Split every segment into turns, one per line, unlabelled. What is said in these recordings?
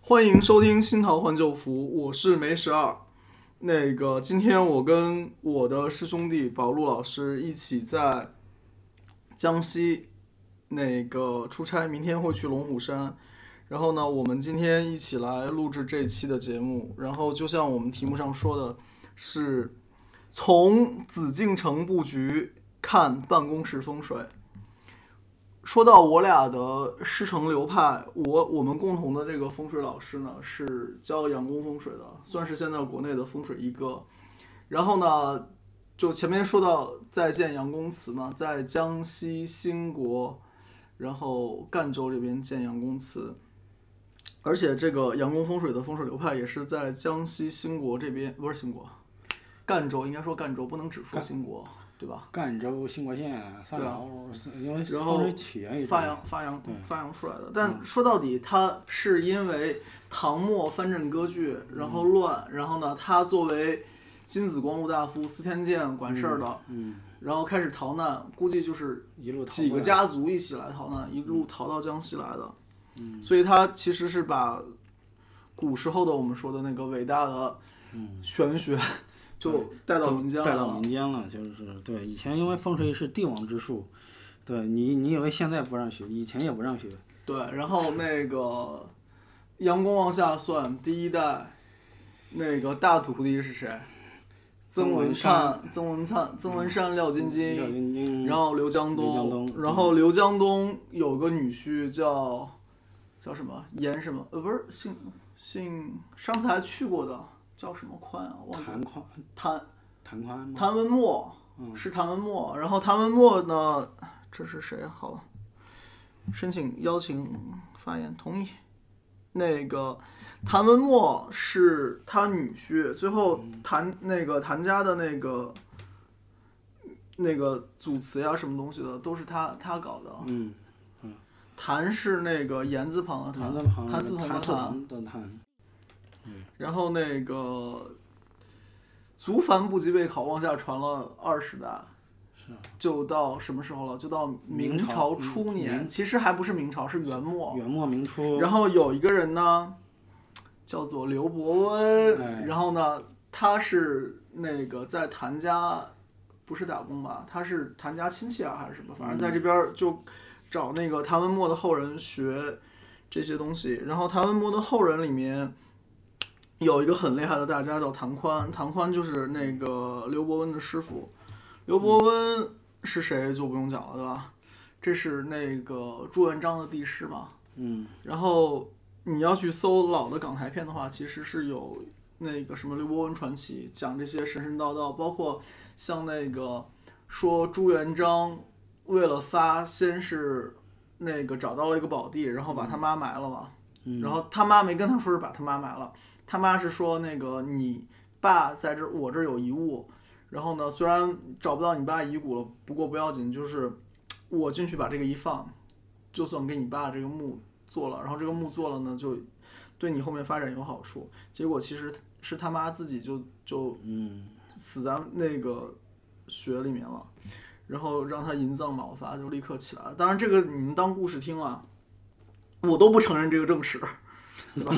欢迎收听《新桃换旧符》，我是梅十二。那个，今天我跟我的师兄弟宝路老师一起在江西那个出差，明天会去龙虎山。然后呢，我们今天一起来录制这期的节目。然后，就像我们题目上说的是，从紫禁城布局看办公室风水。说到我俩的师承流派，我我们共同的这个风水老师呢是教阳宫风水的，算是现在国内的风水一哥。然后呢，就前面说到再建阳宫祠嘛，在江西兴国，然后赣州这边建阳宫祠，而且这个阳宫风水的风水流派也是在江西兴国这边，不是兴国，赣州应该说赣州，不能只说兴国，对吧？
赣州、兴国县、三
对啊
饶，是因为
然
风
后
水起源于
发
这
扬发扬
对嗯
发扬出来的。但说到底，它是因为唐末藩镇割据，然
嗯
后乱，然后呢，他作为金子光禄大夫司天监管事儿的，
嗯，
然后开始逃难，估计就是
一路逃
几
过
个
来，嗯
家族一起来逃难，一路逃到江西来的。所以他其实是把古时候的我们说的那个伟大的玄学， 就带到
走
民间来
嗯带到
了
民。间了，就是对以前因为风水是帝王之术，对你你以为现在不让学，以前也不让学，
对，然后那个阳光往下算，第一代那个大徒弟是谁？曾
曾
文
文
灿、曾文灿、曾文善、廖晶
廖
晶，
晶晶
然后刘江
刘江
东，嗯
东
然后刘江东有个女婿叫叫什么？严什么？呃，不是姓姓，上次还去过的叫什么宽啊？忘记了
谭宽
谭
谭宽吗？
谭文墨是谭文墨，然后谭文墨呢，这是谁？好，申请邀请发言，同意。那个谭文墨是他女婿，最后谭那个谭家的那个那个祖祠呀、什么东西的，都是他他搞的。
嗯，
谭是那个言字旁的
谭字
啊谭，
旁，
谭嗣同的
谭嗣
谭
同的谭，
然后那个族繁不及备考，往下传了二十代，
是
就到什么时候了？就到啊明
明
朝
朝
初
嗯
年，
明
其实还不是明朝，是元末。
元末明初，
然后有一个人呢，叫做刘伯温，
哎
然后呢，他是那个在谭家，不是打工吧？他是谭家亲戚啊，还是什么？反正在这边儿就找那个谭文墨的后人学这些东西。然后谭文墨的后人里面。有一个很厉害的大家叫谭宽，谭宽就是那个刘伯温的师傅，刘伯温是谁就不用讲了，对吧？这是那个朱元璋的帝师嘛。
嗯，
然后你要去搜老的港台片的话，其实是有那个什么刘伯温传奇，讲这些神神道道，包括像那个说朱元璋为了发，先是那个找到了一个宝地，然后把他妈埋了嘛。
嗯
然后他妈没跟他说是把他妈埋了，他妈是说那个你爸在这儿，我这儿有遗物。然后呢，虽然找不到你爸遗骨了，不过不要紧，就是我进去把这个一放，就算给你爸这个墓做了，然后这个墓做了呢，就对你后面发展有好处。结果其实是他妈自己就就
嗯，
死在那个雪里面了，然后让他淫葬卯发就立刻起来了。当然，这个你们当故事听了，我都不承认这个正史， 对吧？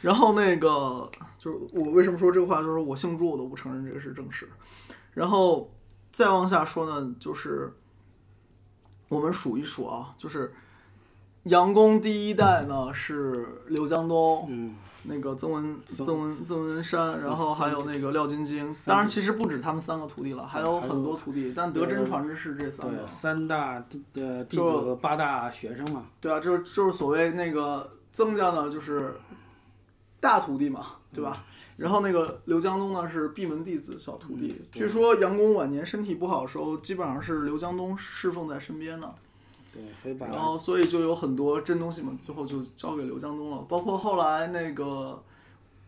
然后那个就是我为什么说这个话，就是我姓朱，我都不承认这个是正史。然后再往下说呢，就是我们数一数啊，就是杨公第一代呢是刘江东，
嗯，
那个曾文、
曾
曾文、曾文山，然后还有那个廖晶晶。当然，其实不止他们三个徒弟了，还有很多徒弟，但德真传之是这三个
对，。三大弟呃弟
就
子和八大学生嘛，
对啊，就是就是所谓那个曾家呢，就是大徒弟嘛，对吧？
嗯
然后那个刘江东呢是闭门弟子小徒弟
嗯。对
据说杨公晚年身体不好的时候，基本上是刘江东侍奉在身边的。
对，所以把
然后所以就有很多真东西嘛，最后就交给刘江东了。包括后来那个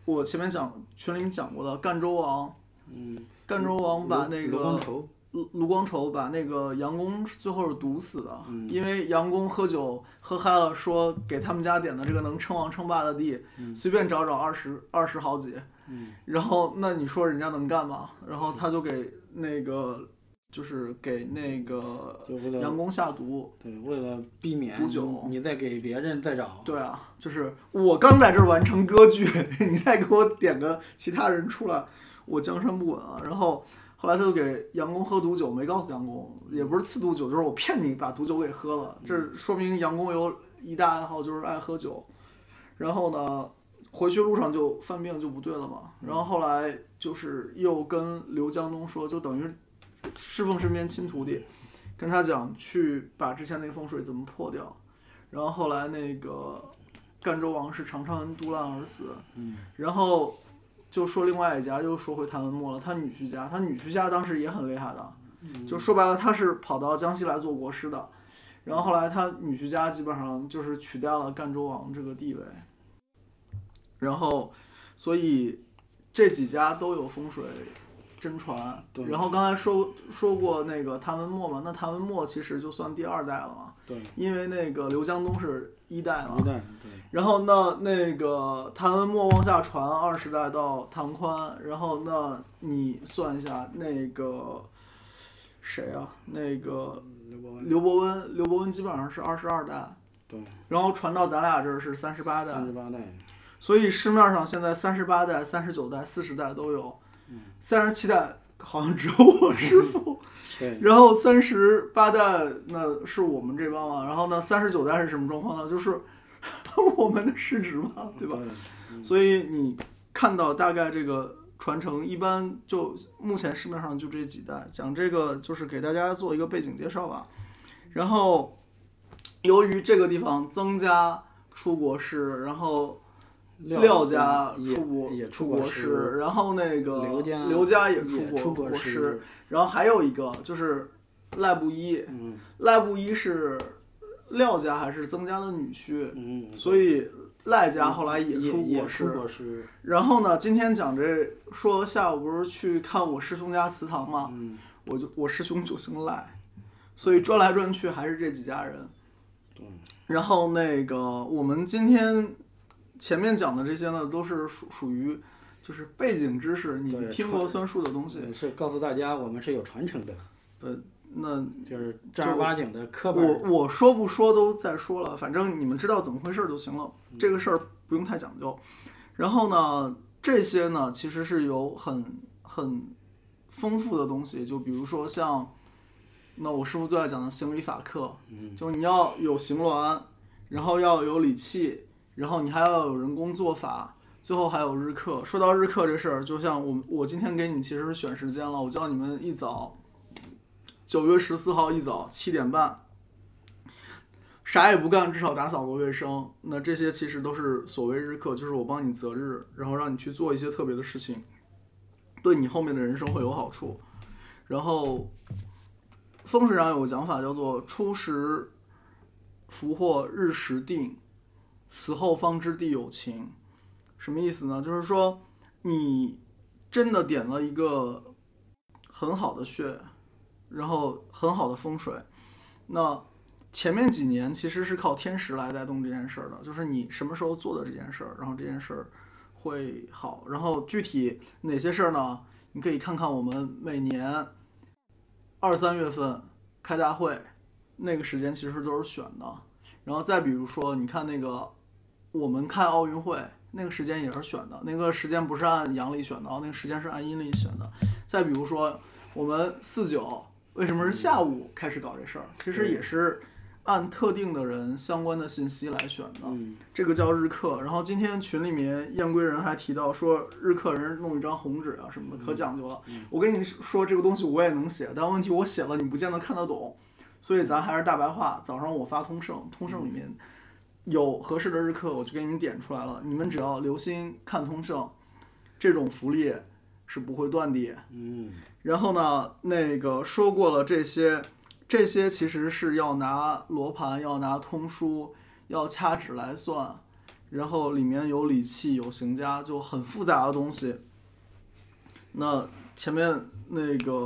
我前面讲群里面讲过的赣州王，
嗯，
赣州王把
卢
那
卢光
个
头
卢卢光畴把那个杨公最后是毒死的，
嗯
因为杨公喝酒喝嗨了，说给他们家点的这个能称王称霸的地，随便找找二十二十好几，
嗯
然后那你说人家能干嘛？然后他就给那个就是给那个
就为了
杨公下毒。
对，为了避免
补酒
你再给别人再找，
对啊，就是我刚在这儿完成歌剧， 你再给我点个其他人出来，我江山不稳啊。然后后来他就给杨公喝毒酒，没告诉杨公，也不是赐毒酒，就是我骗你把毒酒给喝了。这说明杨公有一大爱好就是爱喝酒。然后呢，回去路上就犯病就不对了嘛。然后后来就是又跟刘江东说，就等于侍奉身边亲徒弟，跟他讲去把之前那个风水怎么破掉。然后后来那个赣州王是长昌恩独烂而死，嗯，然后就说另外一家，又说回谭文墨了，他女婿家，他女婿家当时也很厉害的，就说白了他是跑到江西来做国师的，然后后来他女婿家基本上就是取代了赣州王这个地位，然后所以这几家都有风水。真传
对，
然后刚才说说过那个谭文墨嘛，那谭文墨其实就算第二代了嘛，
对，
因为那个刘江东是一代嘛
一，代对，
然后那那个谭文墨往下传二十代到谭宽，然后那你算一下那个谁啊？那个
刘伯温
刘伯温，刘伯温基本上是二十二代，
对，
然后传到咱俩这儿是三十八代，
三十八代，
所以市面上现在三十八代、三十九代、四十代都有，
嗯
三十七代好像只有我师傅。
对，
然后三十八代那是我们这帮嘛，然后呢三十九代是什么状况呢？就是 我们的市值嘛，对吧？？
嗯
所以你看到大概这个传承，一般就目前市面上就这几代。讲这个就是给大家做一个背景介绍吧。然后，由于这个地方增加出国师，然后廖家
也
出国
也
出
国
国师，然后那个
刘家
刘家
也
也出
出
国
国
国师
师，，
然后还有一个就是赖布衣，
嗯
赖布衣是廖家还是曾家的女婿，
嗯，
所以赖家后来
也
出
也
国
出
师。
国师，
然后呢，今天讲这说下午不是去看我师兄家祠堂嘛，
嗯，
我就我师兄就姓赖，所以转来转去还是这几家人。
对，
然后那个我们今天前面讲的这些呢，都是属属于就是背景知识，你
对
听
传
过算数的东西。
是告诉大家我们是有传承的，
呃，那
就是正儿八经的科班
我
儿，
我说不说都在说了，反正你们知道怎么回事儿就行了，这个事儿不用太讲究。然后呢，这些呢其实是有很很丰富的东西，就比如说像那我师傅最爱讲的行理法课，就你要有行峦，然后要有理气，然后你还要有人工做法。最后还有日课，说到日课这事儿，就像我我今天给你其实是选时间了，我叫你们一早九月十四号一早七点半，啥也不干，至少打扫个卫生。那这些其实都是所谓日课，就是我帮你择日，然后让你去做一些特别的事情，对你后面的人生会有好处。然后风水上有个讲法叫做“初时福祸，日时定，此后方知地有情”，什么意思呢？就是说你真的点了一个很好的穴，然后很好的风水。那前面几年其实是靠天时来带动这件事儿的，就是你什么时候做的这件事儿，然后这件事儿会好。然后具体哪些事儿呢？你可以看看我们每年二三月份开大会，那个时间其实都是选的。然后再比如说，你看那个我们开奥运会那个时间也是选的，那个时间不是按阳历选的，那个时间是按阴历选的。再比如说，我们四九为什么是下午开始搞这事儿？其实也是按特定的人相关的信息来选的。
嗯，
这个叫日课。然后今天群里面燕归人还提到说，日课人弄一张红纸啊什么的，可讲究了。我跟你说这个东西我也能写，但问题我写了你不见得看得懂，所以咱还是大白话。早上我发通胜，通胜里面有合适的日课，我就给你们点出来了。你们只要留心看通胜，这种福利是不会断的。
嗯，
然后呢，那个说过了这些，这些其实是要拿罗盘，要拿通书，要掐指来算，然后里面有理气，有行家，就很复杂的东西。那前面那个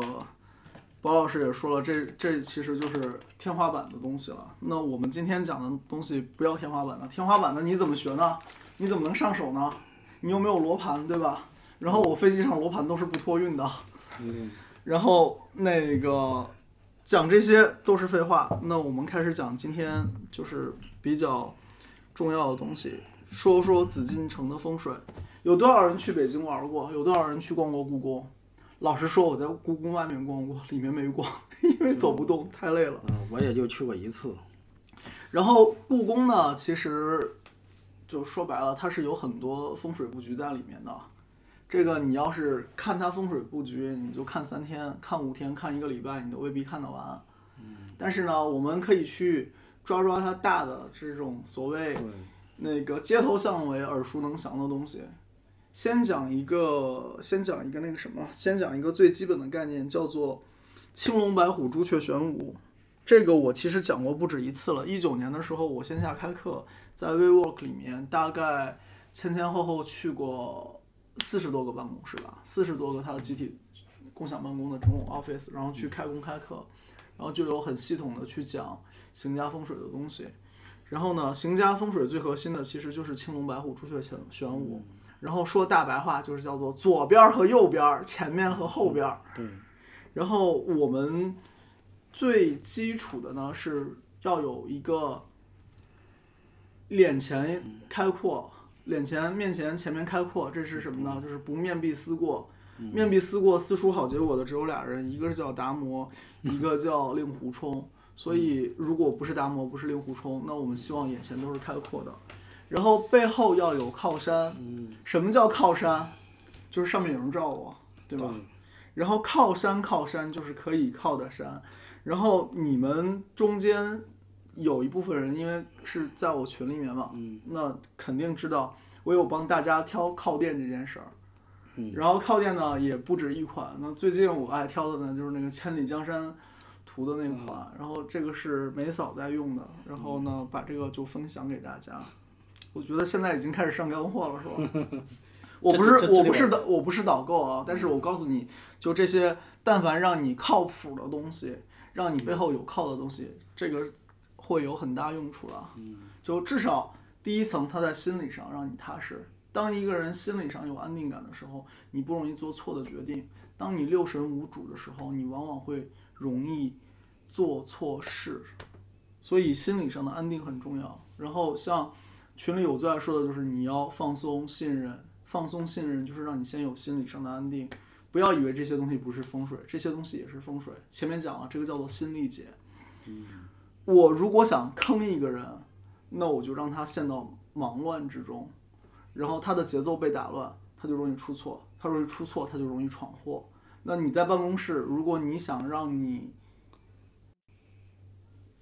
包老师也说了，这这其实就是天花板的东西了。那我们今天讲的东西不要天花板的，天花板的你怎么学呢？你怎么能上手呢？你又没有罗盘，对吧？然后我飞机上罗盘都是不托运的。
嗯
然后那个讲这些都是废话，那我们开始讲今天就是比较重要的东西，说说紫禁城的风水。有多少人去北京玩过？有多少人去逛过故宫？老实说，我在故宫外面逛过，里面没逛，因为走不动，太累了。
嗯，我也就去过一次。
然后故宫呢，其实就说白了，它是有很多风水布局在里面的。这个你要是看它风水布局，你就看三天、看五天、看一个礼拜，你都未必看得完。但是呢，我们可以去抓抓它大的这种所谓
对，
那个街头巷尾耳熟能详的东西。先讲一个，先讲一个那个什么，先讲一个最基本的概念，叫做青龙白虎朱雀玄武。这个我其实讲过不止一次了。一九年的时候，我线下开课，在 WeWork 里面，大概前前后后去过四十多个办公室吧，四十多个它的集体共享办公的这种 office，然后去开工开课，然后就有很系统的去讲行家风水的东西。然后呢，行家风水最核心的其实就是青龙白虎朱雀玄玄武，
嗯
然后说大白话就是叫做左边儿和右边儿，前面和后边儿。
对，
然后我们最基础的呢是要有一个脸前开阔，脸前面前前面开阔，这是什么呢？就是不面壁思过。面壁思过，思出好结果的只有俩人，一个是叫达摩，一个叫令狐冲。所以，如果不是达摩，不是令狐冲，那我们希望眼前都是开阔的，然后背后要有靠山。
嗯
什么叫靠山？就是上面有人罩我，对吧？然后靠山靠山就是可以靠的山，然后你们中间有一部分人因为是在我群里面嘛，那肯定知道我有帮大家挑靠垫这件事儿。然后靠垫呢也不止一款，那最近我爱挑的呢就是那个千里江山图的那款，然后这个是梅嫂在用的，然后呢把这个就分享给大家。我觉得现在已经开始上干货了，是吧？我不
这
是
这
我不是导我不是导购啊，但是我告诉你，就这些，但凡让你靠谱的东西，让你背后有靠的东西，这个会有很大用处了。
嗯
就至少第一层，他在心理上让你踏实。当一个人心理上有安定感的时候，你不容易做错的决定。当你六神无主的时候，你往往会容易做错事。所以心理上的安定很重要。然后像群里我最爱说的就是你要放松信任，放松信任就是让你先有心理上的安定。不要以为这些东西不是风水，这些东西也是风水。前面讲了，这个叫做心力解。我如果想坑一个人，那我就让他陷到忙乱之中，然后他的节奏被打乱，他就容易出错，他容易出错，他就容易闯祸。那你在办公室，如果你想让你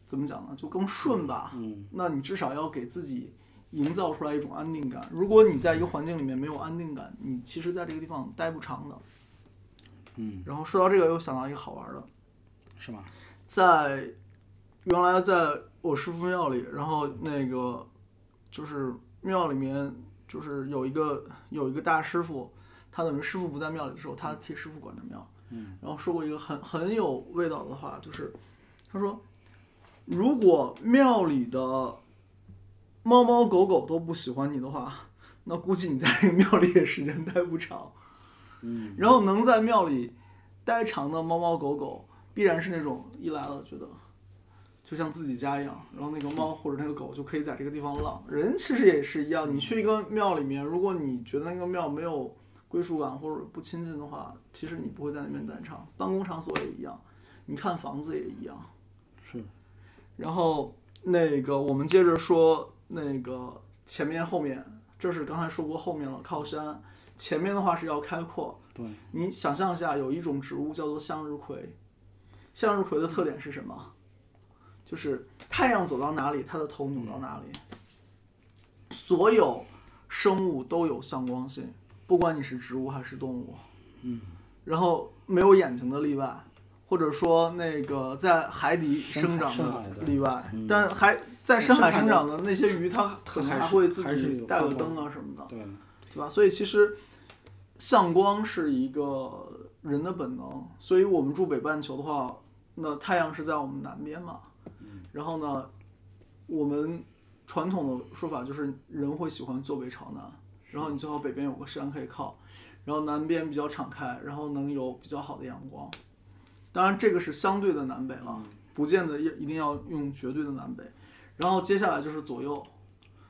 怎么讲呢，就更顺吧，
嗯
那你至少要给自己营造出来一种安定感。如果你在一个环境里面没有安定感，你其实在这个地方待不长的。
嗯，
然后说到这个，又想到一个好玩的，
是吧？
在原来在我师傅庙里，然后那个就是庙里面就是有一个有一个大师傅，他等于师傅不在庙里的时候，他替师傅管着庙。嗯，然后说过一个很很有味道的话，就是他说，如果庙里的猫猫狗狗都不喜欢你的话，那估计你在这个庙里也时间待不长。嗯，然后能在庙里待长的猫猫狗狗，必然是那种一来了觉得就像自己家一样，然后那个猫或者那个狗就可以在这个地方浪。人其实也是一样，你去一个庙里面，如果你觉得那个庙没有归属感或者不亲近的话，其实你不会在那边待长。办公场所也一样，你看房子也一样。
是。
然后那个我们接着说那个前面后面，这是刚才说过后面了，靠山。前面的话是要开阔。
对，
你想象一下，有一种植物叫做向日葵，向日葵的特点是什么？就是太阳走到哪里，它的头扭到哪里。所有生物都有向光性，不管你是植物还是动物。嗯。然后没有眼睛的例外，或者说那个在海底生长
深海
的
的嗯
例外，但还在深海生长的那些鱼，它可能
还
还
是
会自
还是
己
有
带个
光
灯啊什么的。
对，
对吧？所以其实向光是一个人的本能，所以我们住北半球的话，那太阳是在我们南边嘛，然后呢，我们传统的说法就是人会喜欢坐北朝南，然后你最好北边有个山可以靠，然后南边比较敞开，然后能有比较好的阳光。当然，这个是相对的南北了，不见得一一定要用绝对的南北。然后接下来就是左右，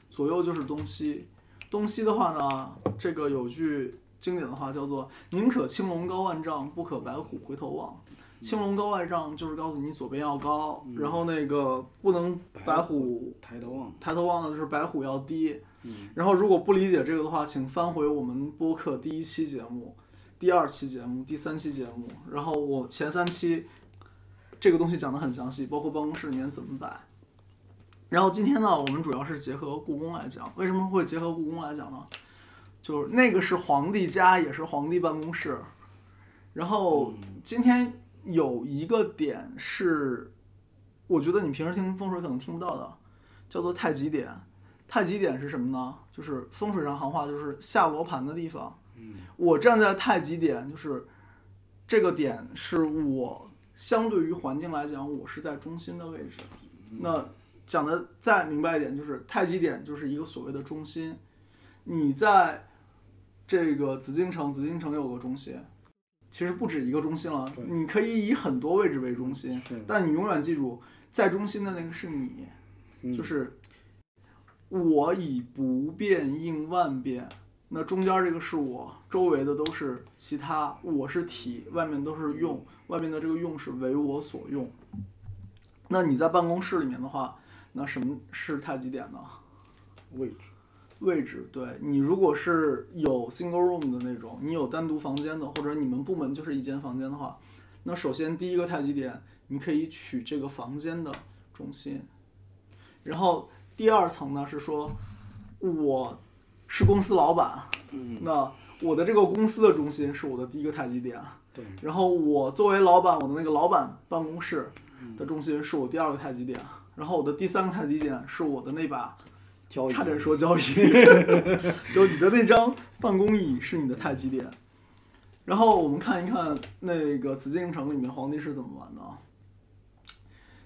左右就是东西。东西的话呢，这个有句经典的话叫做“宁可青龙高万丈，不可白虎回头望”。青龙高万丈就是告诉你左边要高，然后那个不能白虎
抬头啊望，
抬头望的就是白虎要低。然后如果不理解这个的话，请翻回我们播客第一期节目、第二期节目、第三期节目，然后我前三期这个东西讲的很详细，包括办公室里面怎么摆。然后今天呢，我们主要是结合故宫来讲，为什么会结合故宫来讲呢？就是那个是皇帝家，也是皇帝办公室。然后今天有一个点是，我觉得你平时听风水可能听不到的，叫做太极点。太极点是什么呢？就是风水上行话，就是下罗盘的地方。
嗯
我站在太极点，就是这个点是我相对于环境来讲，我是在中心的位置。
嗯
那讲的再明白一点，就是太极点就是一个所谓的中心。你在这个紫禁城，紫禁城有个中心，其实不止一个中心了，
对
你可以以很多位置为中心，
是
但你永远记住，在中心的那个是你。
嗯
就是我以不变应万变。那中间这个是我，周围的都是其他，我是体，外面都是用，外面的这个用是为我所用。那你在办公室里面的话，那什么是太极点呢？
位置，
位置，对你如果是有 single room 的那种，你有单独房间的，或者你们部门就是一间房间的话，那首先第一个太极点，你可以取这个房间的中心，然后第二层呢是说，我是公司老板，那我的这个公司的中心是我的第一个太极点，
对，
然后我作为老板，我的那个老板办公室的中心是我第二个太极点，然后我的第三个太极点是我的那把。
交易，
差点说交易， 就你的那张办公椅是你的太极点。然后我们看一看那个紫禁城里面皇帝是怎么玩的。啊。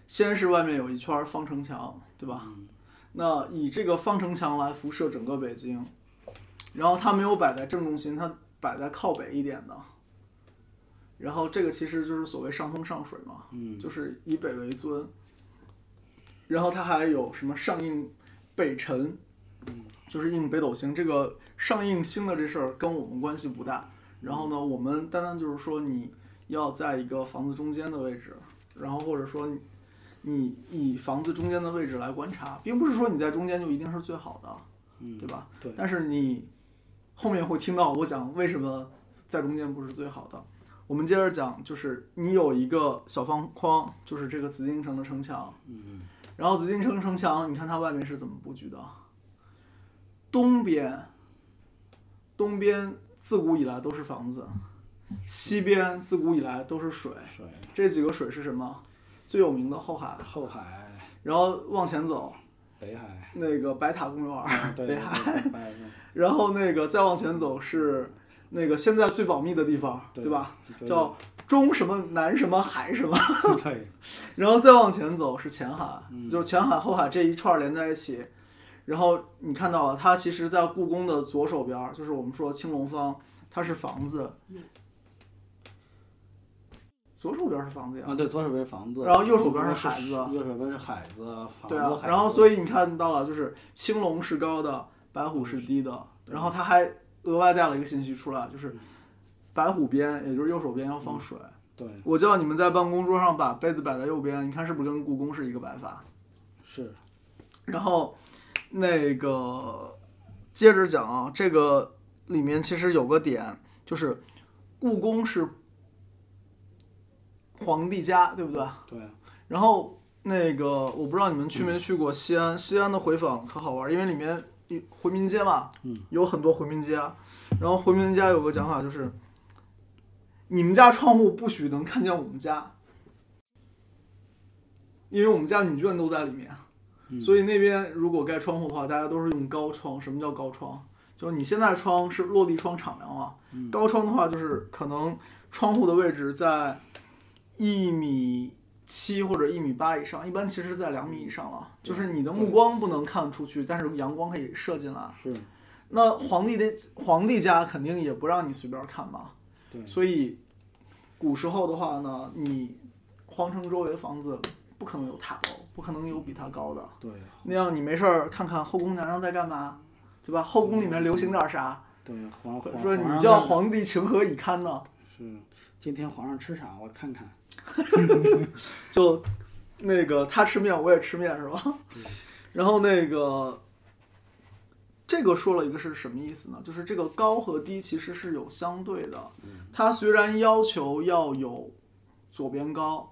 先是外面有一圈方城墙，对吧？
嗯
那以这个方城墙来辐射整个北京，然后它没有摆在正中心，它摆在靠北一点的。然后这个其实就是所谓上风上水嘛，
嗯
就是以北为尊。然后它还有什么上应北辰，就是应北斗星。这个上应星的这事儿跟我们关系不大。然后呢，我们单单就是说你要在一个房子中间的位置，然后或者说你你以房子中间的位置来观察，并不是说你在中间就一定是最好的，
嗯
对吧？
对，
但是你后面会听到我讲为什么在中间不是最好的。我们接着讲，就是你有一个小方框，就是这个紫禁城的城墙，
嗯，
然后紫禁城城墙，你看它外面是怎么布局的？东边，东边自古以来都是房子，西边自古以来都是水，
水，
这几个水是什么？最有名的后海，
后海，
然后往前走，
北海，
那个白塔公园儿，
啊 对
北
对对，白海，
然后那个再往前走是那个现在最保密的地方，对吧？
对？
叫中什么南什么海什么，
对，
然后再往前走是前海，
嗯
就是前海后海这一串连在一起。然后你看到了，它其实，在故宫的左手边儿，就是我们说青龙方，它是房子。左手边儿是房 子呀，
啊对，左手边是房子，
然后右手边
是
是海子
右手边是海子，房子
对啊，
海
然后
子
所以你看到了，就是青龙是高的，白虎是低的，然后他还额外带了一个信息出来，就是白虎边，也就是右手边要放水。
对
我叫你们在办公桌上把杯子摆在右边，你看是不是跟故宫是一个摆法？
是，
然后那个接着讲啊，这个里面其实有个点，就是故宫是皇帝家，对不对？
对，
然后那个我不知道你们去没去过西安，西安的回坊可好玩儿，因为里面一回民街嘛，有很多回民街。啊然后回民街有个讲法就是，你们家窗户不许能看见我们家，因为我们家女眷都在里面，啊所以那边如果盖窗户的话，大家都是用高窗。什么叫高窗？就是你现在窗是落地窗敞亮啊，高窗的话就是可能窗户的位置在一米七或者一米八以上，一般其实在两米以上了。就是你的目光不能看出去，但是阳光可以射进来。
是，嗯
那皇帝的皇帝家肯定也不让你随便看吧，
对
所以古时候的话呢，你皇城周围的房子不可能有塔楼，不可能有比它高的。
对
那样你没事儿看看后宫娘娘在干嘛，对吧？后宫里面流行点啥？
对，皇嗯皇
说
皇
你
上
叫
在
皇帝情何以堪呢？
是今天皇上吃啥，我看看。
就那个他吃面我也吃面是吧？ 然后那个这个说了一个是什么意思呢？就是这个高和低其实是有相对的，它虽然要求要有左边高，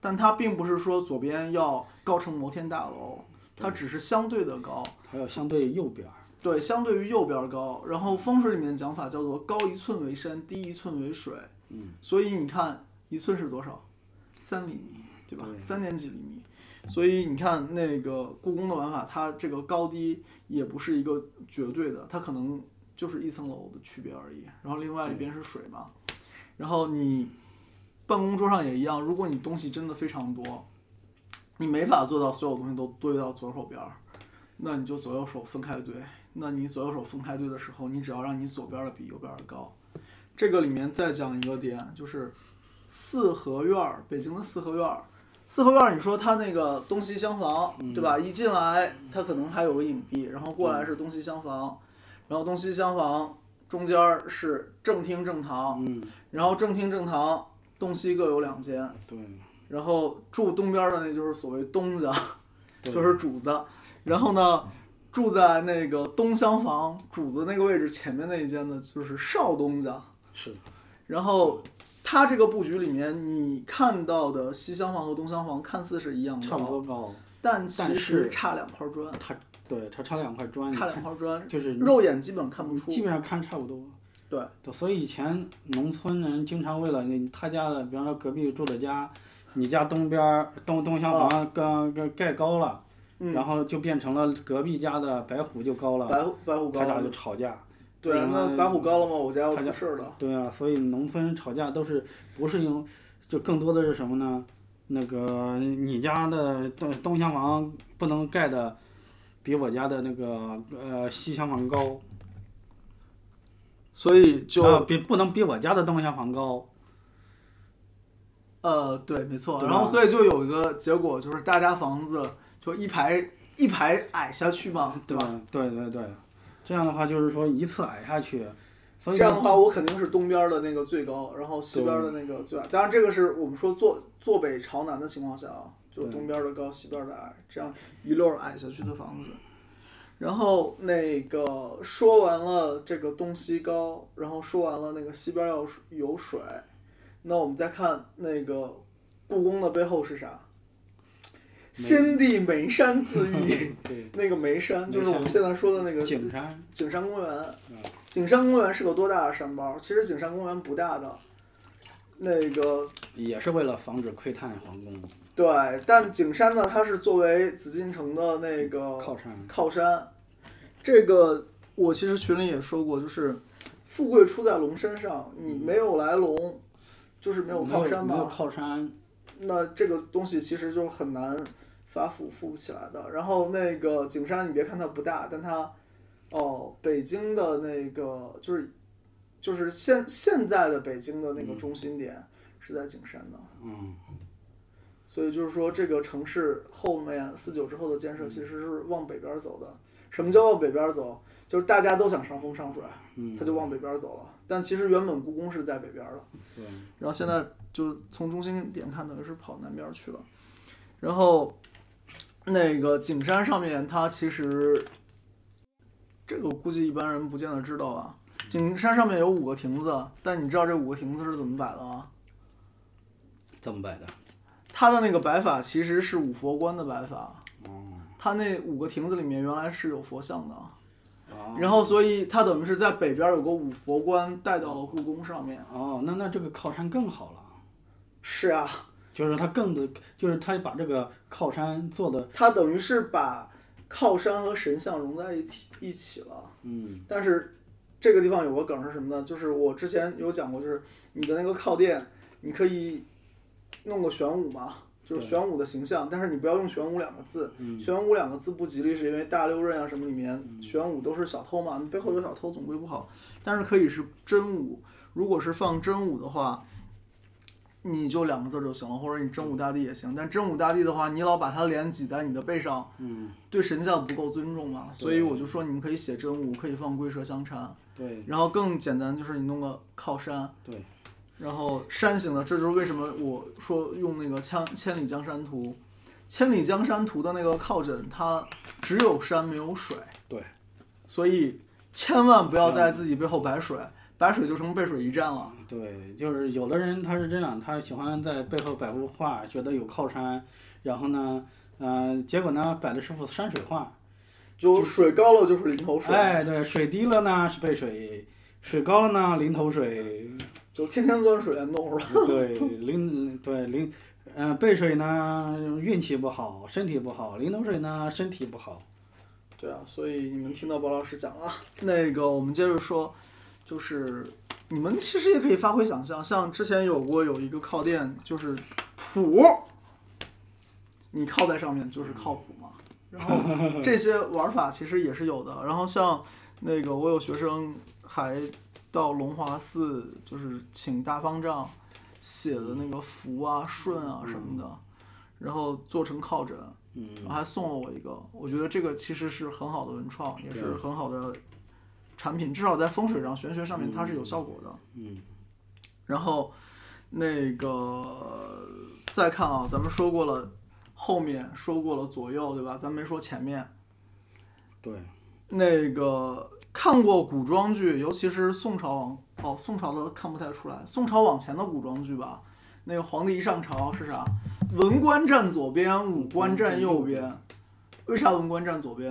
但它并不是说左边要高成摩天大楼，它只是相对的高。
还有相对右边儿，
对，相对于右边高。然后风水里面的讲法叫做高一寸为山，低一寸为水。嗯，所以你看一寸是多少？三厘米，对吧？三点几厘米。所以你看那个故宫的玩法，它这个高低也不是一个绝对的，它可能就是一层楼的区别而已。然后另外一边是水嘛。然后你办公桌上也一样，如果你东西真的非常多，你没法做到所有东西都堆到左手边儿，那你就左右手分开堆。那你左右手分开堆的时候，你只要让你左边的比右边的高。这个里面再讲一个点，就是四合院儿，北京的四合院儿。四合院儿，你说它那个东西厢房，对吧？一进来，它可能还有个隐蔽，然后过来是东西厢房，然后东西厢房中间儿是正厅正堂，
嗯，
然后正厅正堂东西各有两间，
对，
然后住东边儿的那就是所谓东家，
对
就是主子。然后呢，住在那个东厢房主子那个位置前面那一间呢，就是少东家。
是的，
然后它这个布局里面，你看到的西厢房和东厢房看似是一样
差不
的，
多高。
但其
但
实
是
差两块砖，
它对它差两块砖，你
差两
看
块砖，
就是你
肉眼基本看不出。
基本上看差不多。
对
对，所以以前农村人经常为了你他家的，比方说隔壁住的家，你家东边儿东东厢房跟跟盖高了，
啊嗯，
然后就变成了隔壁家的白虎就高了，
白虎白虎高
他俩
了，
就吵架。
对啊，那
嗯
白虎高了吗？我家要
他
出
家
事儿了。
对啊，所以农村人吵架都是不是用，就更多的是什么呢？那个你家的东东厢房不能盖的比我家的那个呃西厢房高，
所以就
啊、比不能比我家的东厢房高。
呃，对，没错。
对
然后
吧
所以就有一个结果，就是大家房子就一排一排矮下去嘛，对吧？
吧？对对对，这样的话就是说一次矮下去，所以
这样的话，我肯定是东边的那个最高，然后西边的那个最矮。当然，这个是我们说坐坐北朝南的情况下啊，就
对
东边的高，西边的矮，这样一溜儿矮下去的房子。然后那个说完了这个东西高，然后说完了那个西边要有水，那我们再看那个故宫的背后是啥？先帝眉山自缢，
对
那个眉山就是我
眉
们
山
现在说的那个
景山
景山公园
嗯。
景山公园是个多大的山包？其实景山公园不大的，那个
也是为了防止窥探皇宫
对，但景山呢，它是作为紫禁城的那个
靠山，
靠山。这个我其实群里也说过，就是富贵出在龙身上，你没有来龙，就是没有靠山
没有
嘛。
靠山，
那这个东西其实就很难发富，富不起来的。然后那个景山，你别看它不大，但它哦，北京的那个就是就是现现在的北京的那个中心点是在景山的，
嗯，
所以就是说这个城市后面四九之后的建设其实是往北边走的。什么叫往北边走？就是大家都想上风上水，
嗯
他就往北边走了。但其实原本故宫是在北边的。
对，
然后现在就是从中心点看，等于是跑南边儿去了。然后那个景山上面，它其实这个我估计一般人不见得知道吧。景山上面有五个亭子，但你知道这五个亭子是怎么摆的吗？
这么摆的，
它的那个摆法其实是五佛观的摆法，
哦，
它那五个亭子里面原来是有佛像的，
哦
然后所以它等于是在北边有个五佛观带到了故宫上面。
哦，那那这个靠山更好了。
是啊，
就是它更的，就是它把这个靠山做的，
它等于是把靠山和神像融在一起一起了。
嗯，
但是这个地方有个梗是什么呢？就是我之前有讲过，就是你的那个靠垫，你可以弄个玄武嘛，就是
对
玄武的形象，但是你不要用玄武两个字。玄武两个字不吉利，是因为大六壬啊什么里面玄武都是小偷嘛，你背后有小偷总归不好。但是可以是真武，如果是放真武的话，你就两个字儿就行了，或者你真武大帝也行。但真武大帝的话，你老把他脸挤在你的背上，
嗯，
对神像不够尊重嘛。所以我就说，你们可以写真武，可以放龟蛇香缠，
对
然后更简单就是你弄个靠山，
对，
然后山形的，这就是为什么我说用那个千千里江山图，千里江山图的那个靠枕，它只有山没有水，
对，
所以千万不要在自己背后摆水，摆水就成背水一战了。
对，就是有的人他是这样，他喜欢在背后摆幅画，觉得有靠山，然后呢，呃，结果呢摆的是幅山水画，
就水高了就是零头水，
哎，对，水低了呢是背水，水高了呢临头水，
就天天钻水岩洞是吧？
对， 临对临，嗯、背水呢运气不好，身体不好，临头水呢身体不好，
对啊，所以你们听到包老师讲了啊，那个我们接着说，就是你们其实也可以发挥想象，像之前有过有一个靠垫，就是谱，你靠在上面就是靠谱嘛。然后这些玩法其实也是有的。然后像那个我有学生还到龙华寺，就是请大方丈写的那个符啊、顺啊什么的，然后做成靠枕。
嗯，
然后还送了我一个，我觉得这个其实是很好的文创，也是
对
很好的产品，至少在风水上、玄学上面它是有效果的。
嗯，
然后那个再看啊，咱们说过了后面，说过了左右，对吧？咱没说前面。
对，
那个看过古装剧，尤其是宋朝往哦，宋朝的看不太出来，宋朝往前的古装剧吧，那个皇帝一上朝是啥？文官站左边，武官站右边。为啥文官站左边？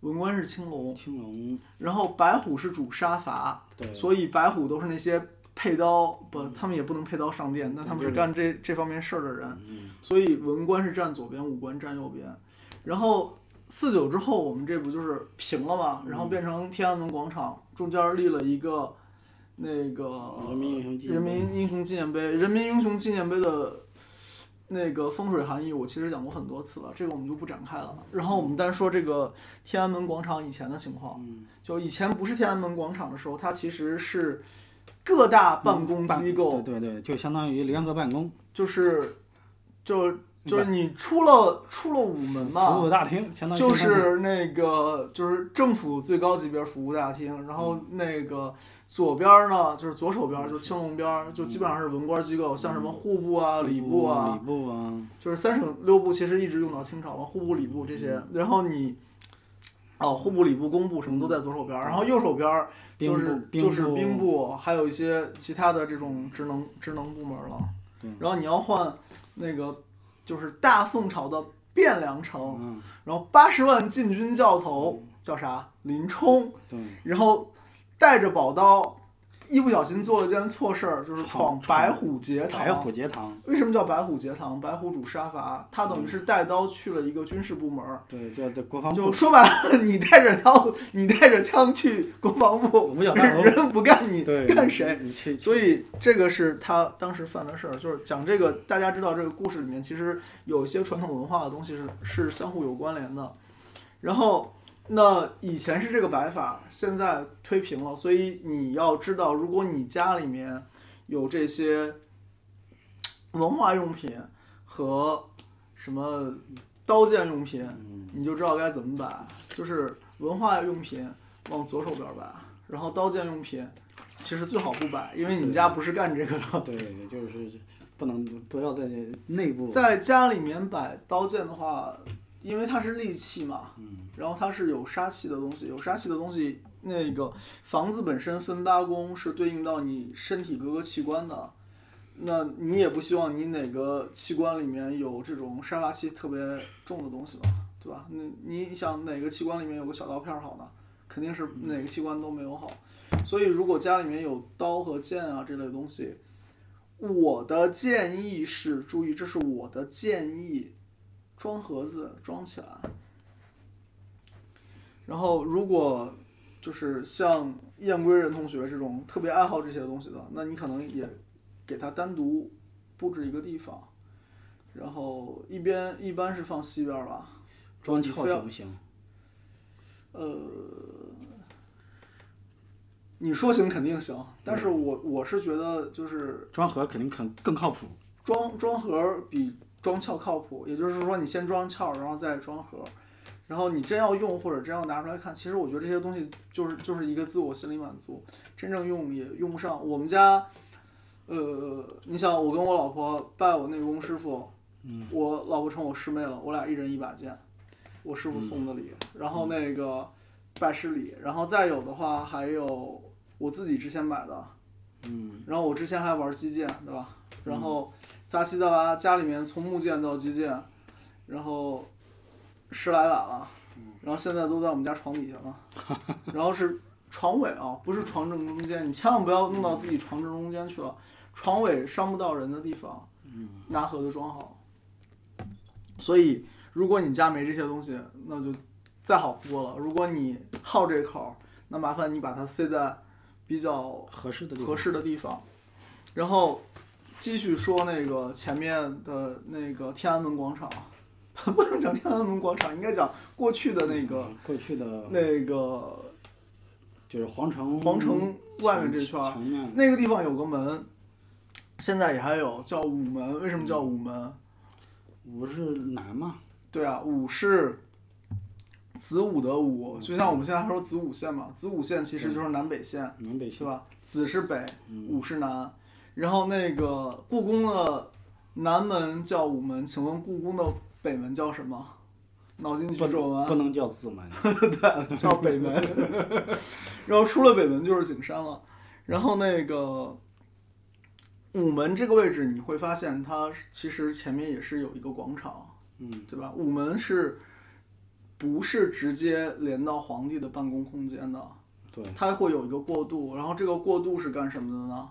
文官是青龙，
青龙，
然后白虎是主杀伐，
对，
所以白虎都是那些配刀不，他们也不能配刀上殿，但他们是干这这方面事儿的人。
嗯，
所以文官是站左边，武官站右边。然后四九之后，我们这不就是平了吗？然后变成天安门广场，中间立了一个那个
人民英雄纪念碑
人民英雄纪念碑。人民英雄纪念碑的那个风水含义，我其实讲过很多次了，这个我们就不展开了。然后我们单说这个天安门广场以前的情况，
嗯
就以前不是天安门广场的时候，它其实是各大嗯办公机构
对对对，就相当于联合办公，
就是就就是你出了出了午门
服
嘛，
务大厅，相当于
啊就
联合办
是那个就是政府最高级别服务大厅，然后那个左边儿呢就是左手边儿就青龙边儿，就基本上是文官机构，像什么户部啊、
公
礼部啊，
礼部啊，
就是三省六部其实一直用到清朝嘛，户部、礼部这些，然后你。哦，户部、礼部、工部什么都在左手边儿，然后右手边儿
兵
就
部
是就是
部
兵部，还有一些其他的这种职能职能部门了。
对
然后你要换那个就是大宋朝的汴梁城，
嗯，
然后八十万禁军教头叫啥林冲，
对，
然后带着宝刀，一不小心做了件错事儿，就是闯
闯
白虎节
白
堂。
虎节堂，
为什么叫白虎节堂？白虎主杀伐，他等于是带刀去了一个军事部门儿。
对，叫叫国防
就
部，
说白了，你带着刀，你带着枪去国防部，
五角大楼
人不干你
对，
干谁？
你去
所以这个是他当时犯的事儿，就是讲这个，大家知道这个故事里面其实有一些传统文化的东西是是相互有关联的。然后，那以前是这个摆法，现在推平了，所以你要知道，如果你家里面有这些文化用品和什么刀剑用品，
嗯
你就知道该怎么摆，就是文化用品往左手边摆，然后刀剑用品。其实最好不摆，因为你们家不是干这个的。
对，就是不能不要在内部，
在家里面摆刀剑的话，因为它是利器嘛，
嗯
然后它是有杀气的东西，有杀气的东西，那个房子本身分八宫是对应到你身体各个器官的，那你也不希望你哪个器官里面有这种杀伐气特别重的东西吧，对吧？你你想哪个器官里面有个小刀片儿好呢？肯定是哪个器官都没有好，所以如果家里面有刀和剑啊这类东西，我的建议是，注意，这是我的建议，装盒子装起来。然后，如果就是像燕归人同学这种特别爱好这些东西的，那你可能也给他单独布置一个地方，然后一边一般是放西边儿吧，
装
你
翘
非要
行不行？
呃，你说行肯定行，但是我我是觉得就是
装盒肯定肯更靠谱。
装装盒比装壳靠谱，也就是说你先装壳，然后再装盒，然后你真要用或者真要拿出来看，其实我觉得这些东西就是就是一个自我心理满足，真正用也用不上。我们家，呃，你想我跟我老婆拜我内功师傅，嗯，我老婆成我师妹了，我俩一人一把剑，我师傅送的礼，然后那个拜师礼，然后再有的话还有我自己之前买的，
嗯，
然后我之前还玩击剑，对吧？然后杂七杂八，家里面从木剑到击剑，然后十来把了，然后现在都在我们家床底下了。然后是床尾啊，不是床正中间，你千万不要弄到自己床正中间去了，床尾伤不到人的地方，拿盒子装好。所以，如果你家没这些东西，那就再好不过了。如果你好这口儿，那麻烦你把它塞在比较
合适的地方。
合适的地方。然后继续说那个前面的那个天安门广场，啊 不能讲天安门广场，应该讲过去的那个
嗯过去的
那个
就是皇城
皇城外面这圈儿，
墙面
那个地方有个门，现在也还有叫午门。为什么叫
嗯
午门？
不是南嘛？
对啊，午是子午的午，就像我们现在还说子午线嘛，子午线其实就是南北线。
南北
是
线。
吧？子是北，午是南。然后那个故宫的南门叫午门，请问故宫的北门叫什么？脑筋急
不
转弯，
不能叫自门，
对， 叫北门。然后出了北门就是景山了。然后那个午门这个位置，你会发现它其实前面也是有一个广场，
嗯，
对吧？午门是不是直接连到皇帝的办公空间的？
对，
它会有一个过渡，然后这个过渡是干什么的呢？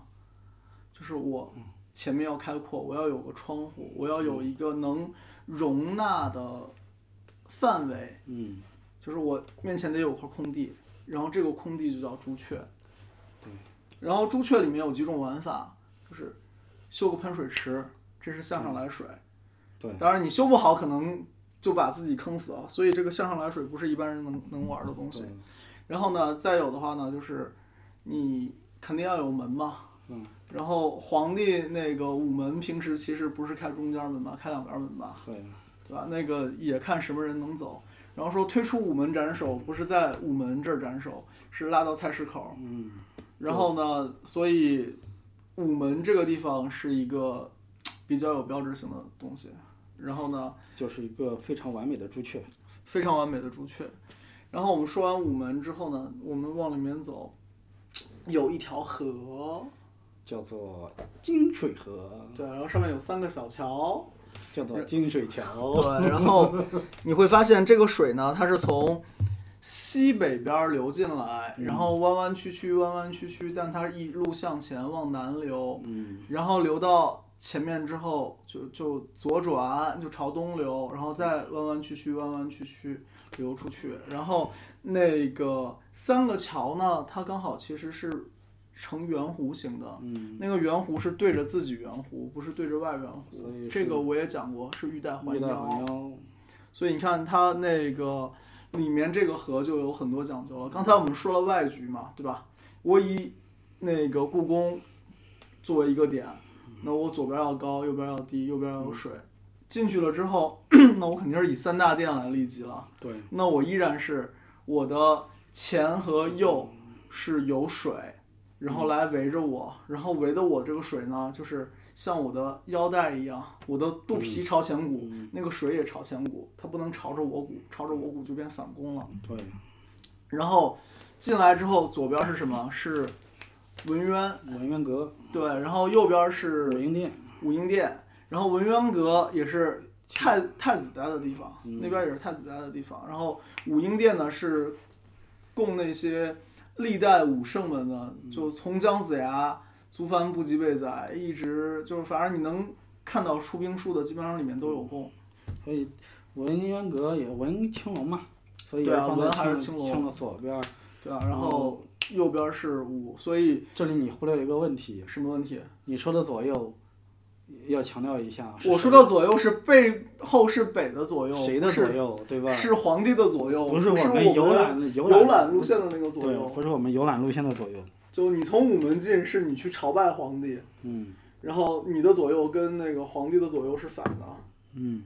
就是我前面要开阔，我要有个窗户，我要有一个能容纳的范围，
嗯，
就是我面前得有块空地，然后这个空地就叫朱雀。然后朱雀里面有几种玩法，就是修个喷水池，这是向上来水。
对，
当然你修不好，可能就把自己坑死了。所以这个向上来水不是一般人能能玩的东西。然后呢，再有的话呢，就是你肯定要有门嘛。
嗯。
然后皇帝那个午门平时其实不是开中间门嘛，开两边门吧，
对，
对吧？那个也看什么人能走。然后说推出午门斩首，不是在午门这儿斩首，是拉到菜市口。
嗯，
然后呢，所以午门这个地方是一个嘖比较有标志性的东西。然后呢，
就是一个非常完美的朱雀。
非常完美的朱雀。然后我们说完午门之后呢，我们往里面走，有一条河，
叫做金水河，
对，然后上面有三个小桥，
叫做金水桥。
对，然后你会发现这个水呢，它是从西北边儿流进来，然后弯弯曲曲，弯弯曲曲，但它一路向前往南流，
嗯，
然后流到前面之后，就就左转，就朝东流，然后再弯弯曲曲，弯弯曲曲流出去。然后那个三个桥呢，它刚好其实是呈圆弧形的，
嗯，
那个圆弧是对着自己圆弧，不是对着外圆
所以
弧。
是
这个我也讲过，是玉带环
玉带
腰。
环腰，
所以你看它那个里面这个河就有很多讲究了。刚才我们说了外局嘛，对吧？我以那个故宫作为一个点，
嗯
那我左边要高，右边要低，右边要有水。进去了之后， 那我肯定是以三大殿来立级了。
对，
那我依然是我的前和右是有水，然后来围着我，然后围的我这个水呢，就是像我的腰带一样，我的肚皮朝前鼓，那个水也朝前鼓，它不能朝着我鼓，朝着我鼓就变反攻了。
对，
然后进来之后，左边是什么？是文渊，
文渊阁、
对，然后右边是
武英殿，
武英殿，然后文渊阁也是太
嗯
太子待的地方，那边也是太子待的地方。然后武英殿呢是供那些历代武圣们的，
嗯
就从姜子牙、族繁不及备宰，一直就是反正你能看到出兵书的，基本上里面都有
嗯
供。
所以文渊阁也文青龙嘛，所以
对啊
放在
文还是青
青
龙
青的左边儿。
对啊，然
哦
后右边是武，所以
这里你忽略了一个问题，
什么问题？
你说的左右，要强调一下，啊是
我说的左右是背后是北的左右，
谁的左右，对吧？
是是皇帝的左右，
不
是
我们游览游
游览路线的那个左
对，
右。
不是我们游览路线的左右。
就你从午门进，是你去朝拜皇帝，
嗯
然后你的左右跟那个皇帝的左右是反的。
嗯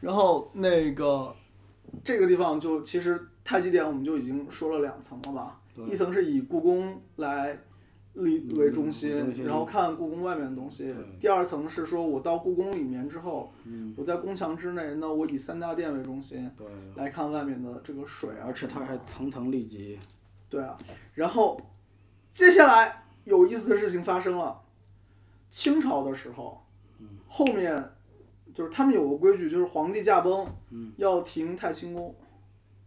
然后那个这个地方就其实太极点我们就已经说了两层了吧，
对
一层是以故宫来立
嗯
为中心，
中心
然后看故宫外面的东西
对；
第二层是说我到故宫里面之后，
嗯，
我在宫墙之内，那我以三大殿为中心
对。
来看外面的这个嗯水啊，
而且它还层层立级，
对啊，然后接下来有意思的事情发生了。清朝的时候，后面就是他们有个规矩，就是皇帝驾崩，要停太清宫。